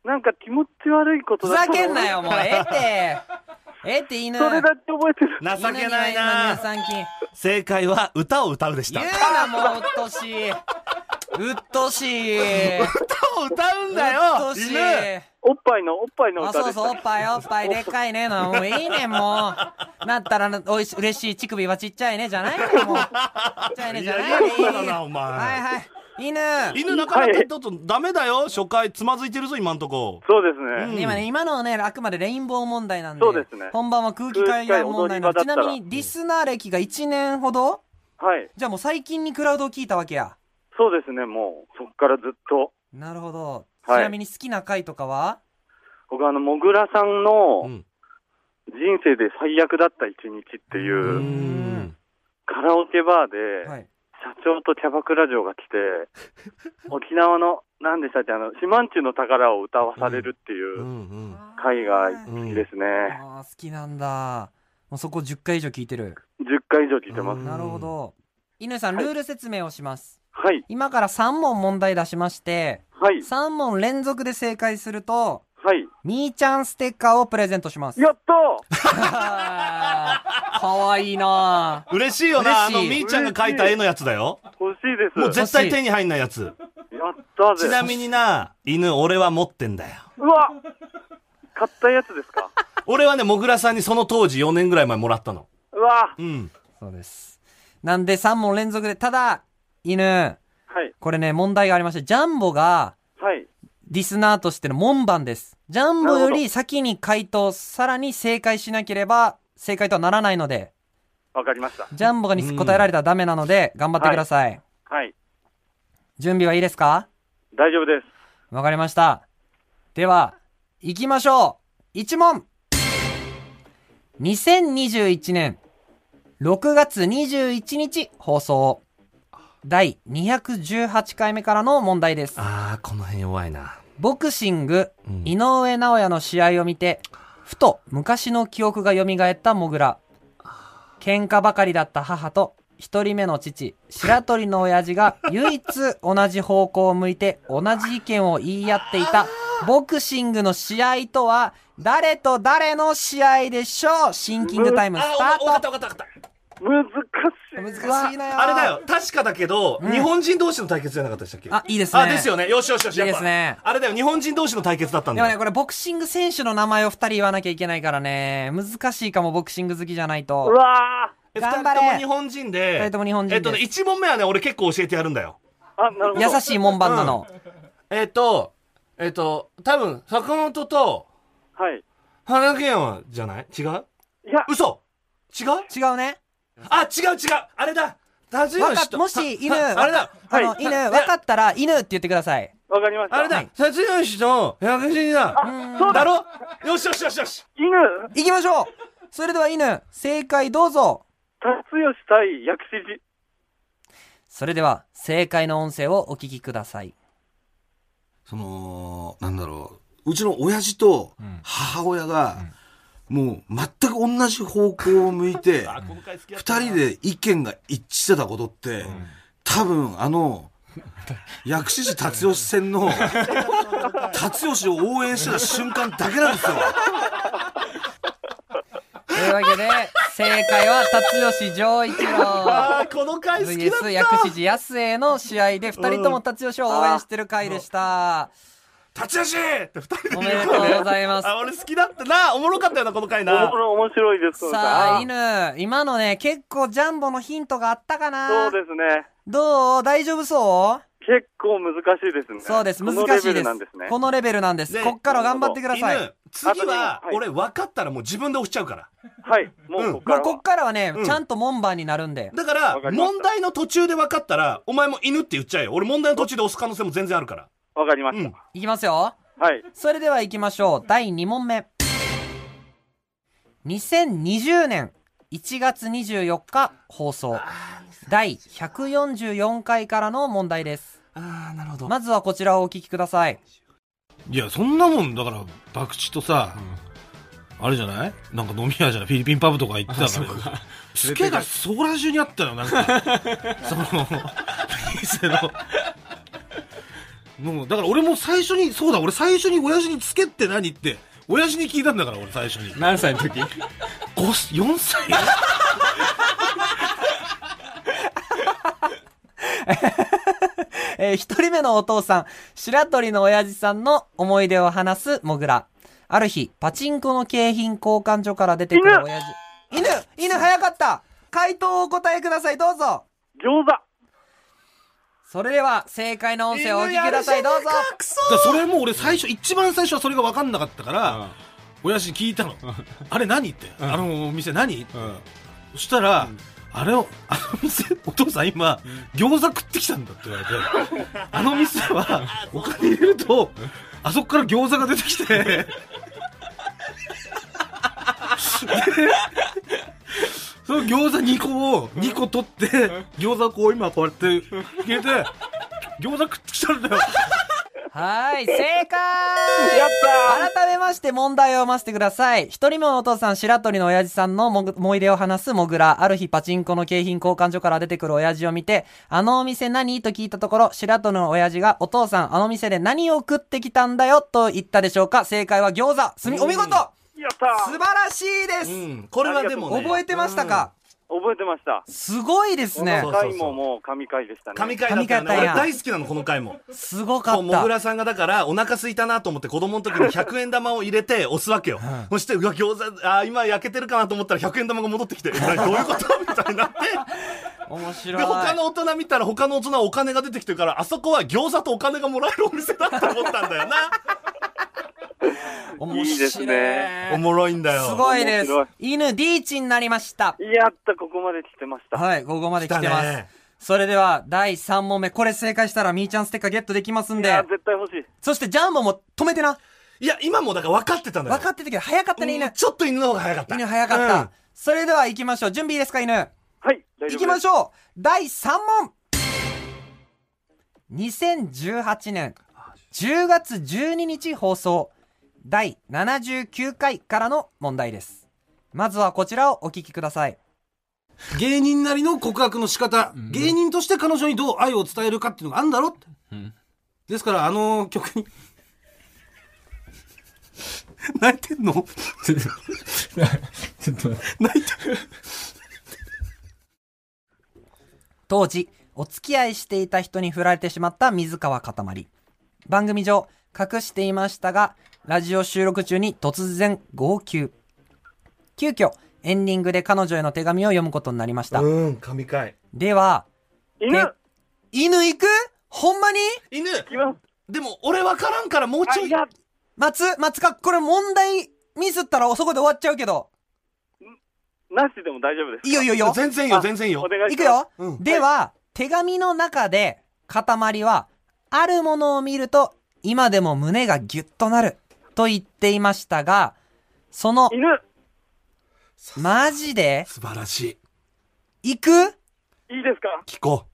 S3: なんか気持ち悪いこと
S1: ふ
S3: だ
S1: ざけんなよ、もう。ええって。ええって犬。
S3: それだって覚えてる。
S2: 情けない
S1: 犬には犬の乳
S2: な
S1: 酸菌。
S2: 正解は歌を歌うでした
S1: 言
S2: 歌
S1: うな、もう、うっとうしい。うっとうしい。うっ
S2: を歌うんだよ
S1: とうしい。
S2: 犬
S3: おっぱいの、おっぱいの
S1: あ、
S3: 歌
S1: そ
S3: で
S1: う
S3: し
S1: そう、お
S3: た。
S1: っぱいおっぱい、でっかいねの。もういいねん、もう。なったらな、おいし、嬉しい、乳首はちっちゃいね、じゃないのもう。ちっちゃいね、じゃない
S2: いやいや
S1: の
S2: いやなお前
S1: はいはい。犬
S2: 犬なかなかちょっとダメだよ初回つまずいてるぞ今んとこ
S3: そうです
S2: ね
S1: 今ね、今のはね、あくまでレインボー問題なんで、
S3: そうですね
S1: 本番は空気階段問題なんで、
S3: 空
S1: ち
S3: 気階
S1: な
S3: 踊り場だったら
S1: みにリスナー歴が1年ほど
S3: はい。
S1: じゃあもう最近にクラウドを聞いたわけや。
S3: そうですね、もう、そっからずっと。
S1: なるほど。ち
S3: はい
S1: なみに好きな回とかは、
S3: 僕、あの、もぐらさんの、人生で最悪だった一日っていう、カラオケバーで、社長とキャバクラ嬢が来て、 沖縄の、なんでしたっけ、あの、島んちゅの宝を歌わされるっていう回が好きですね。
S1: あー好きなんだ。もうそこ10回以上聞いてる。
S3: 10回以上聞いてます。
S1: なるほど。犬さん、
S3: はい
S1: ルール説明をします。
S3: はい。
S1: 今から3問問題出しまして、
S3: はい。
S1: 3問連続で正解すると、
S3: はい。
S1: 兄ちゃんステッカーをプレゼントします。
S3: やった
S1: ー かわいいなー
S2: 嬉しいよなあ
S1: 嬉
S2: の
S1: しい
S2: みーちゃんが描いた絵のやつだよ
S3: 欲しいです。
S2: もう絶対手に入んないやつ
S3: やったぜ。
S2: ちなみにな犬俺は持ってんだよ
S3: うわ買ったやつですか
S2: 俺はねもぐらさんにその当時4年ぐらい前もらったの
S3: うわ
S2: うん
S1: そうですなんで3問連続で、ただ、犬、これね、問題がありまして、ジャンボが、
S3: はい。
S1: リスナーとしての門番です。ジャンボよ
S3: なるほ
S1: り
S3: ど
S1: 先に回答、さらに正解しなければ、正解とはならないので、
S3: わかりました。
S1: ジャンボがに答えられたらダメなので、頑張ってください。
S3: はい。
S1: 準備はいいですか
S3: 大丈夫です。
S1: わかりました。では、行きましょう !1 問 !2021 年6月21日放送第218回目からの問題です。
S2: あー、この辺弱いな。
S1: ボクシング、井上尚弥の試合を見て、ふと昔の記憶が蘇ったモグラ。喧嘩ばかりだった母と、一人目の父、白鳥の親父が唯一同じ方向を向いて同じ意見を言い合っていた、ボクシングの試合とは、誰と誰の試合でしょうシンキングタイムスタート
S2: わかったわかった
S3: 難
S1: しい。難しいなよ。
S2: あれだよ。確かだけど、日本人同士の対決じゃなかったでしたっけ
S1: あいいですね
S2: あ、ですよね。よしよしよし。
S1: いい
S2: やっ
S1: で
S2: ぱ
S1: すね。
S2: あれだよ。日本人同士の対決だったん
S1: でも
S2: だ
S1: ね、
S2: よ。
S1: これボクシング選手の名前を二人言わなきゃいけないからね、難しいかも、ボクシング好きじゃないと。
S2: う
S3: わ
S2: え
S1: 頑
S2: 二人
S1: 張
S2: とも
S1: れ
S2: 日本人
S1: 二
S2: で。
S1: 人とも日本人です
S2: えっとね、1問目はね、俺結構教えてやるんだよ。
S3: あ、なる
S1: 優しい門番なの。
S2: えっと、えっと、多分、坂本と、
S3: はい。
S2: 花木山じゃない違う
S3: いや、
S2: 嘘違う
S1: 違うね。
S2: あ、違う違うあれだ多数
S1: わ
S2: の
S1: か
S2: 人
S1: もし犬、
S2: ああれだ
S1: あの、犬、わかったら犬って言ってください。
S3: わかりました。
S2: あれだ辰吉と百人だ
S3: そう
S2: だ
S3: だ
S2: ろよしよしよしよし
S3: 犬
S1: 行きましょうそれでは犬、正解どうぞ
S3: 達吉対薬師寺。
S1: それでは、正解の音声をお聞きください。
S7: その、なんだろう。うちの親父と母親が、もう全く同じ方向を向い て、二人で意見が一致してたことって、多分あの、薬師寺達吉戦 の、達吉を応援してた瞬間だけなんですよ。
S1: というわけ で、正解は、辰吉丈一郎
S2: あ。ーこの回好きだっ
S1: VS
S2: た
S1: 薬師寺安江の試合で二人とも辰吉を応援してる回でした。
S2: 達吉って二人で
S1: おめ でとうございます
S2: あ俺好きだったなおもろかったよなこの回
S3: お
S2: な
S3: もろ面白いです。
S1: さあ、
S3: そうですね
S1: 犬、今のね、結構ジャンボのヒントがあったかな
S3: そうですね。
S1: どう大丈夫そう
S3: 結構難しいですね。
S1: そうです。難しいです。このレベルなんです。こっから頑張ってください
S2: 犬。次は俺分かったらもう自分で押しちゃうから
S3: はいもうこっ
S1: まあ、こっからはね、ちゃんと門番になるんで。
S2: だから問題の途中で分かったらお前も犬って言っちゃえよ俺問題の途中で押す可能性も全然あるから
S3: わかりました。
S1: いきますよ。
S3: はい。
S1: それでは行きましょう。第2問目。2020年1月24日放送。第144回からの問題です。
S2: あなるほど。
S1: まずはこちらをお聞きください。
S7: いや、そんなもん、だから、博打とさ、あれじゃないなんか飲み屋じゃないフィリピンパブとか行ってた
S6: あそう
S7: から
S6: か、
S7: スケがそこら中にあったよ、なんか。 その、店の。 もう、だから俺も最初に、そうだ、俺最初に親父につけって何って、親父に聞いたんだから、俺最初に。
S4: 何歳の時
S7: 五4歳
S1: えー一人目のお父さん、白鳥の親父さんの思い出を話すモグラ。ある日、パチンコの景品交換所から出てくる親父。犬犬、早かった回答をお答えください、どうぞ
S3: 餃子
S1: それでは正解の音声をお聞きくださいどうぞ
S2: だからそれも俺最初、一番最初はそれが分かんなかったから、親父に聞いたの、あれ何って、あのお店何って、そしたら、あれをあの店お父さん今、餃子食ってきたんだって言われてあの店はお金入れるとあそこから餃子が出てきてでその餃子2個を2個取って餃子をこう今こうやって入れて餃子食ってきたんだよ
S1: はーい、正解やった改めまして問題を読ませてください。一人目のお父さん、白鳥の親父さんのもぐ思い出を話すモグラ。ある日、パチンコの景品交換所から出てくる親父を見て、あのお店何と聞いたところ、白鳥の親父が、お父さん、あの店で何を食ってきたんだよ、と言ったでしょうか。正解は餃子。すみ、お見事
S3: やった
S1: 素晴らしいです、
S2: これはでもね
S1: 覚えてましたか、
S3: 覚えてました。
S1: すごいですね
S3: この。回ももう神回でしたね。
S2: 神回だったよね
S1: 神回や
S2: 俺大好きなのこの回も
S1: すごか
S2: もう
S1: っ
S2: もぐ
S1: た。
S2: らさんがだからお腹空いたなと思って子供の時に100円玉を入れて押すわけよ、そしてうわ餃子あー今焼けてるかなと思ったら100円玉が戻ってきてえ何どういうことみたいに なって
S1: 面白い。
S2: で他の大人見たら他の大人はお金が出てきてるからあそこは餃子とお金がもらえるお店だと思ったんだ よな
S1: 面
S3: いいですね。
S2: おもろいんだよ
S1: すごいです
S3: 面白い。
S1: 犬、リーチになりました。
S3: やった、ここまで来てました。
S1: はい、ここまで来て
S2: 来
S1: ま
S2: た
S1: す。
S2: ね
S1: それでは、第3問目。これ正解したら、みーちゃんステッカーゲットできますん
S3: いや
S1: で。
S3: 絶対欲しい。
S1: そして、ジャンボも止めてな。
S2: いや今もだから分かってたんだよ
S1: 分かってたけど、早かったね、
S2: う
S1: 犬
S2: ん。ちょっと犬の方が早かった
S1: 犬早かった。
S2: うん
S1: それでは行きましょう。準備いいですか、犬。
S3: はい、大丈夫
S1: 行きまし
S3: ょ
S1: ょう。第3問。2018年10月12日放送第79回からの問題です。まずはこちらをお聞きください。
S2: 芸人なりの告白の仕方、芸人として彼女にどう愛を伝えるかっていうのがあるんだろって、ですからあの曲に泣いてんの泣いて
S1: 当時お付き合いしていた人に振られてしまった水川かたまり番組上隠していましたがラジオ収録中に突然号泣急遽エンディングで彼女への手紙を読むことになりました
S2: うん神回
S1: では
S3: う。犬
S1: で犬行くほんまに
S2: 犬
S3: 行きます。
S2: でも俺分からんからもう
S3: あ、
S2: ちょ
S3: い
S2: い
S3: や、
S1: 松松かこれ問題ミスったらそこで終わっちゃうけど
S3: なしでも大丈夫です。
S1: いいよいいよいいよ
S2: 全然いいよ
S3: あ
S2: 全然いいよ
S3: お願い
S1: い
S3: し
S1: く
S3: ます。
S1: よ、
S2: うん
S1: では、手紙の中で塊はあるものを見ると今でも胸がギュッとなると言っていましたがその
S3: 犬、
S1: マジで
S2: 素晴らしい
S1: 行く
S3: いいですか
S2: 聞こ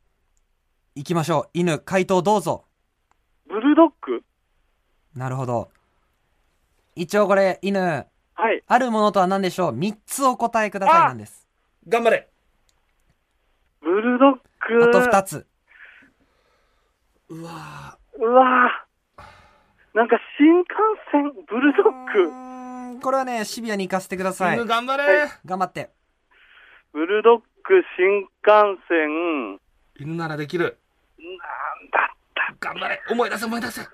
S1: 行きましょう犬回答どうぞ
S3: ブルドッグ
S1: なるほど一応これ犬
S3: はい。
S1: あるものとは何でしょう3つお答えくださいなんです
S2: う頑張れ
S3: ブルドッ
S1: あ
S3: グ
S1: と2つ
S3: うわぁ。なんか新幹線、ブルドッ
S1: う
S3: グ。
S1: ーんこれはねシビアに行かせてください
S2: 犬頑張れ、
S1: 頑張って
S3: ブルドッグ、新幹線、
S2: 犬ならできるなんだった頑張れ思い出せ思い出せ
S3: 赤ち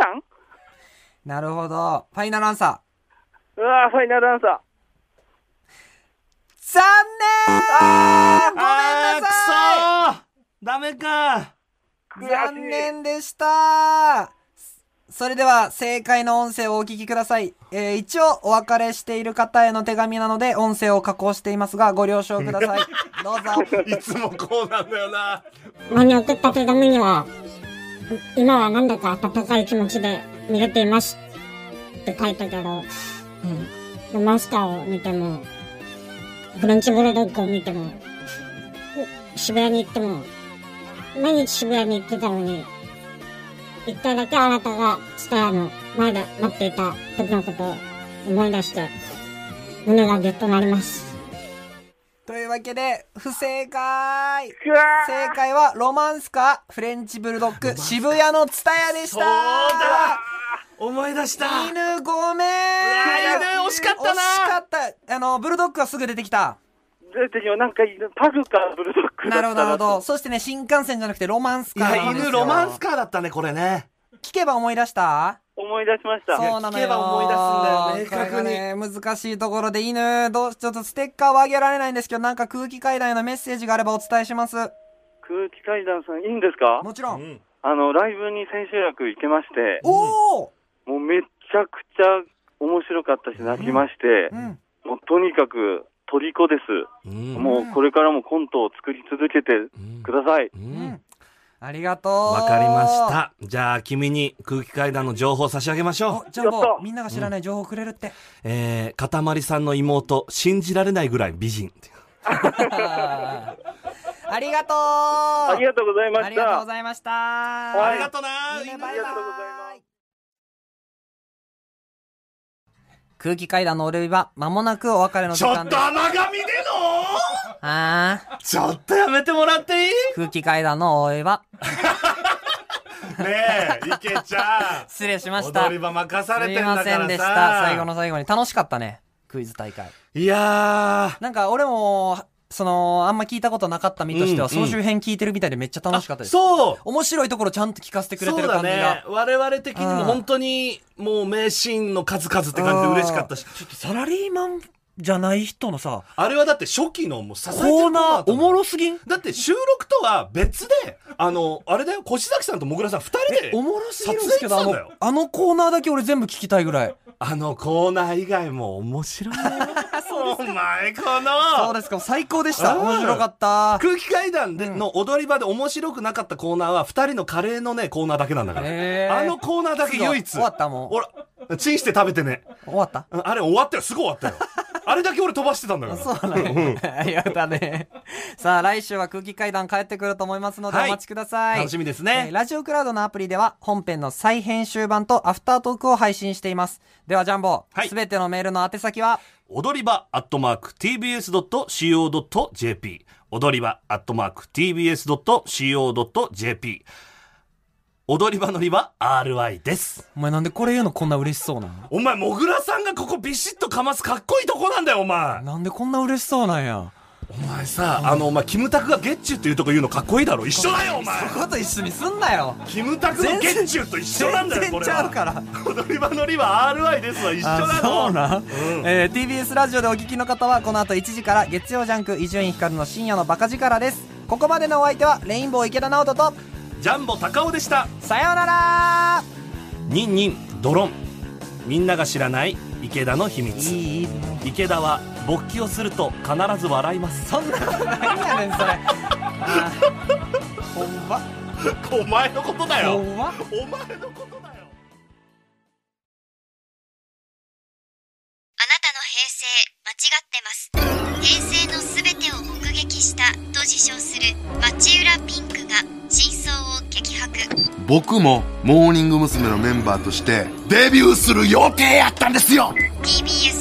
S3: ゃん
S1: なるほどファイナルアンサー
S3: うわぁ、ファイナルアンサ
S1: 残念あーごめん
S2: あ
S1: なさい
S2: ーくそーダメか
S3: ー。悔しい
S1: 残。念でしたそれでは正解の音声をお聞きください、えー一応お別れしている方への手紙なので音声を加工していますがご了承くだ さいどうぞ
S2: いつもこうなんだよな
S5: 前に送った手紙には、今はなんだか温かい気持ちで見れていますって書いたけど、うん、マスターを見ても、フレンチブルドッグを見ても、渋谷に行っても、毎日渋谷に行ってたのに、一回だけあなたがスターの前で待っていた時のことを思い出して、胸がギュッとなります。
S1: というわけで不正解
S3: うわぁ。
S1: 正解はロマンスカフレンチブルドッグ渋谷のツタヤでした
S2: 思い出した
S1: 犬ごめん
S2: うわ犬惜しかったな
S1: 惜しかったあのブルドッグはすぐ出てきた
S3: 出てきよ、なんかパグかブルドッグ
S1: な
S3: だ
S1: る
S3: ったら
S1: ほどなるほどそしてね新幹線じゃなくてロマンス
S2: い
S1: カー
S2: や
S1: なんですよ
S2: 犬ロマンスカーだったねこれね
S1: 聞けば思い出した
S3: 思い出しました。
S1: そうなのよ。
S2: 聞けば思い出すんだよね
S1: これがね、難しいところで犬、どう、ちょっとステッカーはあげられないんですけど、なんか空気階段へのメッセージがあればお伝えします。
S3: 空気階段さん、いいんですかも
S1: ちろ
S3: ん。あの、ライブに千秋楽行けまして、
S1: おお
S3: もうめちゃくちゃ面白かったし、泣きまして、もうとにかく、虜です、もうこれからもコントを作り続けてください。
S1: ありがとう。わ
S2: わかりまし。た。じゃあ、君に空気階段の情報を差し上げましょう。
S1: じゃあもう、みんなが知らない情報をくれるって。
S2: えー、かたまりさんの妹、信じられないぐらい美人。
S1: ありがとうあ
S3: りがとうございました
S1: ありがとうございました、
S3: いありがとう
S1: なみんなバイバイ空気階段のおるびは、まもなくお別れの時間です。
S2: で
S1: あー
S2: ちょっとやめてもらっていい
S1: 空気階段のおいは。
S2: ねえ、いけちゃん。
S1: 失礼しました。
S2: 踊り場任されてんだからさ
S1: すいませんでした。最後の最後に。楽しかったね。クイズ大会。
S2: いやー。
S1: なんか俺も、その、あんま聞いたことなかった身としては、
S2: うんうん
S1: 総集編聞いてるみたいでめっちゃ楽しかったです。
S2: そう
S1: 面白いところちゃんと聞かせてくれて
S2: そう
S1: る感
S2: だ
S1: じが。
S2: ね。我々的にも本当に、もう名シーンの数々って感じで嬉しかったし。
S1: サラリーマンじゃない人のさ、
S2: あれはだって初期のもう支えてる
S1: コーナーおもろすぎん
S2: だって収録とは別で、あの、あれだよ、越崎さんともぐらさん二人で。
S1: おもろすぎるんですけ
S2: 撮
S1: ど、あ
S2: 影してたん
S1: の
S2: だよ、
S1: あのコーナーだけ俺全部聞きたいぐらい。
S2: あのコーナー以外も面白 い。お前この。
S1: そうですか、最高でした。面白かった。
S2: た。空気階段での踊り場で面白くなかったコーナーは、二人のカレーのね、コーナーだけなんだから。あのコーナーだけ唯一。
S1: 終わったもん。
S2: ほら、チンして食べてね。
S1: 終わった
S2: あれ終わったよ、すぐ終わ ったよ。あれだけ俺飛ばしてたんだから。
S1: そうなね。やだね。さあ、来週は空気階段帰ってくると思いますので、お
S2: はい
S1: 待ちください。
S2: 楽しみですね
S1: えーラジオクラウドのアプリでは、本編の再編集版とアフタートークを配信しています。では、ジャンボ、すべてのメールの宛先は、
S2: 踊り場アットマーク tbs.co.jp 踊り場アットマーク tbs.co.jp 踊り場のりは RI です
S1: お前なんでこれ言うのこんな嬉しそうなの
S2: お前もぐらさんがここビシッとかますかっこいいとこなんだよお前
S1: なんでこんな嬉しそうなんや。
S2: お前さあのお前キムタクがゲッチュっていうとこ言うのかっこいいだろ一緒だよお前
S1: そこと一緒にすんなよ。
S2: キムタクのゲッチュと一緒なんだよ
S1: 全
S2: こ
S1: 然
S2: れ
S1: ちゃう
S2: は
S1: から。
S2: 踊り場のりは RI ですわ一緒
S1: あ
S2: だろ
S1: そうなん、えー TBS ラジオでお聞きの方はこの後1時から月曜ジャンク伊集院光の深夜のバカ力ですここまでのお相手はレインボー池田直人と
S2: ジャンボ高尾でした
S1: さようなら
S2: ニンニンドロンみんなが知らない池田の秘密池田は勃起をすると必ず笑います
S1: そんなことないやねんそれほんま
S2: お前のことだよ
S1: ほんま
S2: お前のことだよ
S11: あなたの平成間違ってます平成のすべてを目撃したと自称する町浦ピンクが真相を激白
S12: 僕もモーニング娘。のメンバーとしてデビューする予定やったんですよ
S11: TBS